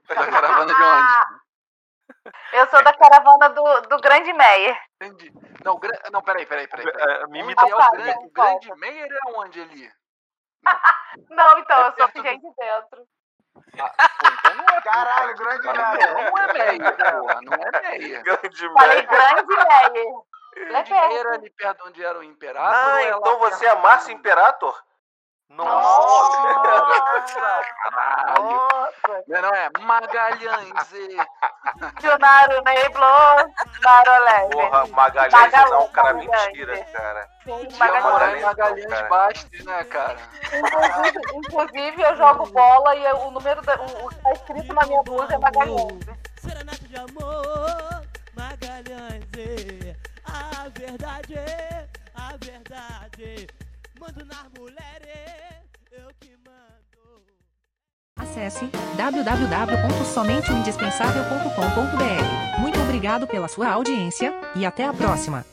Speaker 7: Tá caravana de onde?
Speaker 4: Eu sou da caravana do, do Grande Meyer.
Speaker 7: Entendi. Não, gra... não peraí, peraí, peraí. peraí.
Speaker 4: imita-
Speaker 7: Onde é o
Speaker 4: Opa,
Speaker 7: grande,
Speaker 4: não,
Speaker 7: o grande Meyer é onde ali?
Speaker 4: Não, então,
Speaker 7: eu sou gente
Speaker 4: de dentro.
Speaker 7: Pô, então não é.
Speaker 5: Caralho, grande merda.
Speaker 7: Não é Meyer, porra. Não é Meyer.
Speaker 8: Grande
Speaker 4: Grande Meyer.
Speaker 7: Grande Meyer é ali perto de onde era o Imperador.
Speaker 8: Ah,
Speaker 7: é lá
Speaker 8: então
Speaker 7: perto
Speaker 8: você é Márcio Imperator?
Speaker 7: Nossa.
Speaker 4: Nossa!
Speaker 7: do Caralho. Não, não, é Magalhães. e-
Speaker 4: Junaro Neblo, Marolé.
Speaker 8: Porra, Magalhães
Speaker 4: Magalhães,
Speaker 8: é um cara
Speaker 4: Magalhães.
Speaker 8: mentira, cara.
Speaker 7: Tinha morar em
Speaker 8: Magalhães,
Speaker 7: é Magalhães
Speaker 8: cara.
Speaker 7: Bastos, né, cara?
Speaker 4: Inclusive, inclusive, eu jogo bola e eu- o número da, o, o que tá escrito na minha blusa é Magalhães.
Speaker 9: Serenato de amor, Magalhães. é A verdade, é a verdade. Mando nas mulheres, eu que mando.
Speaker 10: Acesse www.somenteoindispensável.com.br. Muito obrigado pela sua audiência e até a próxima.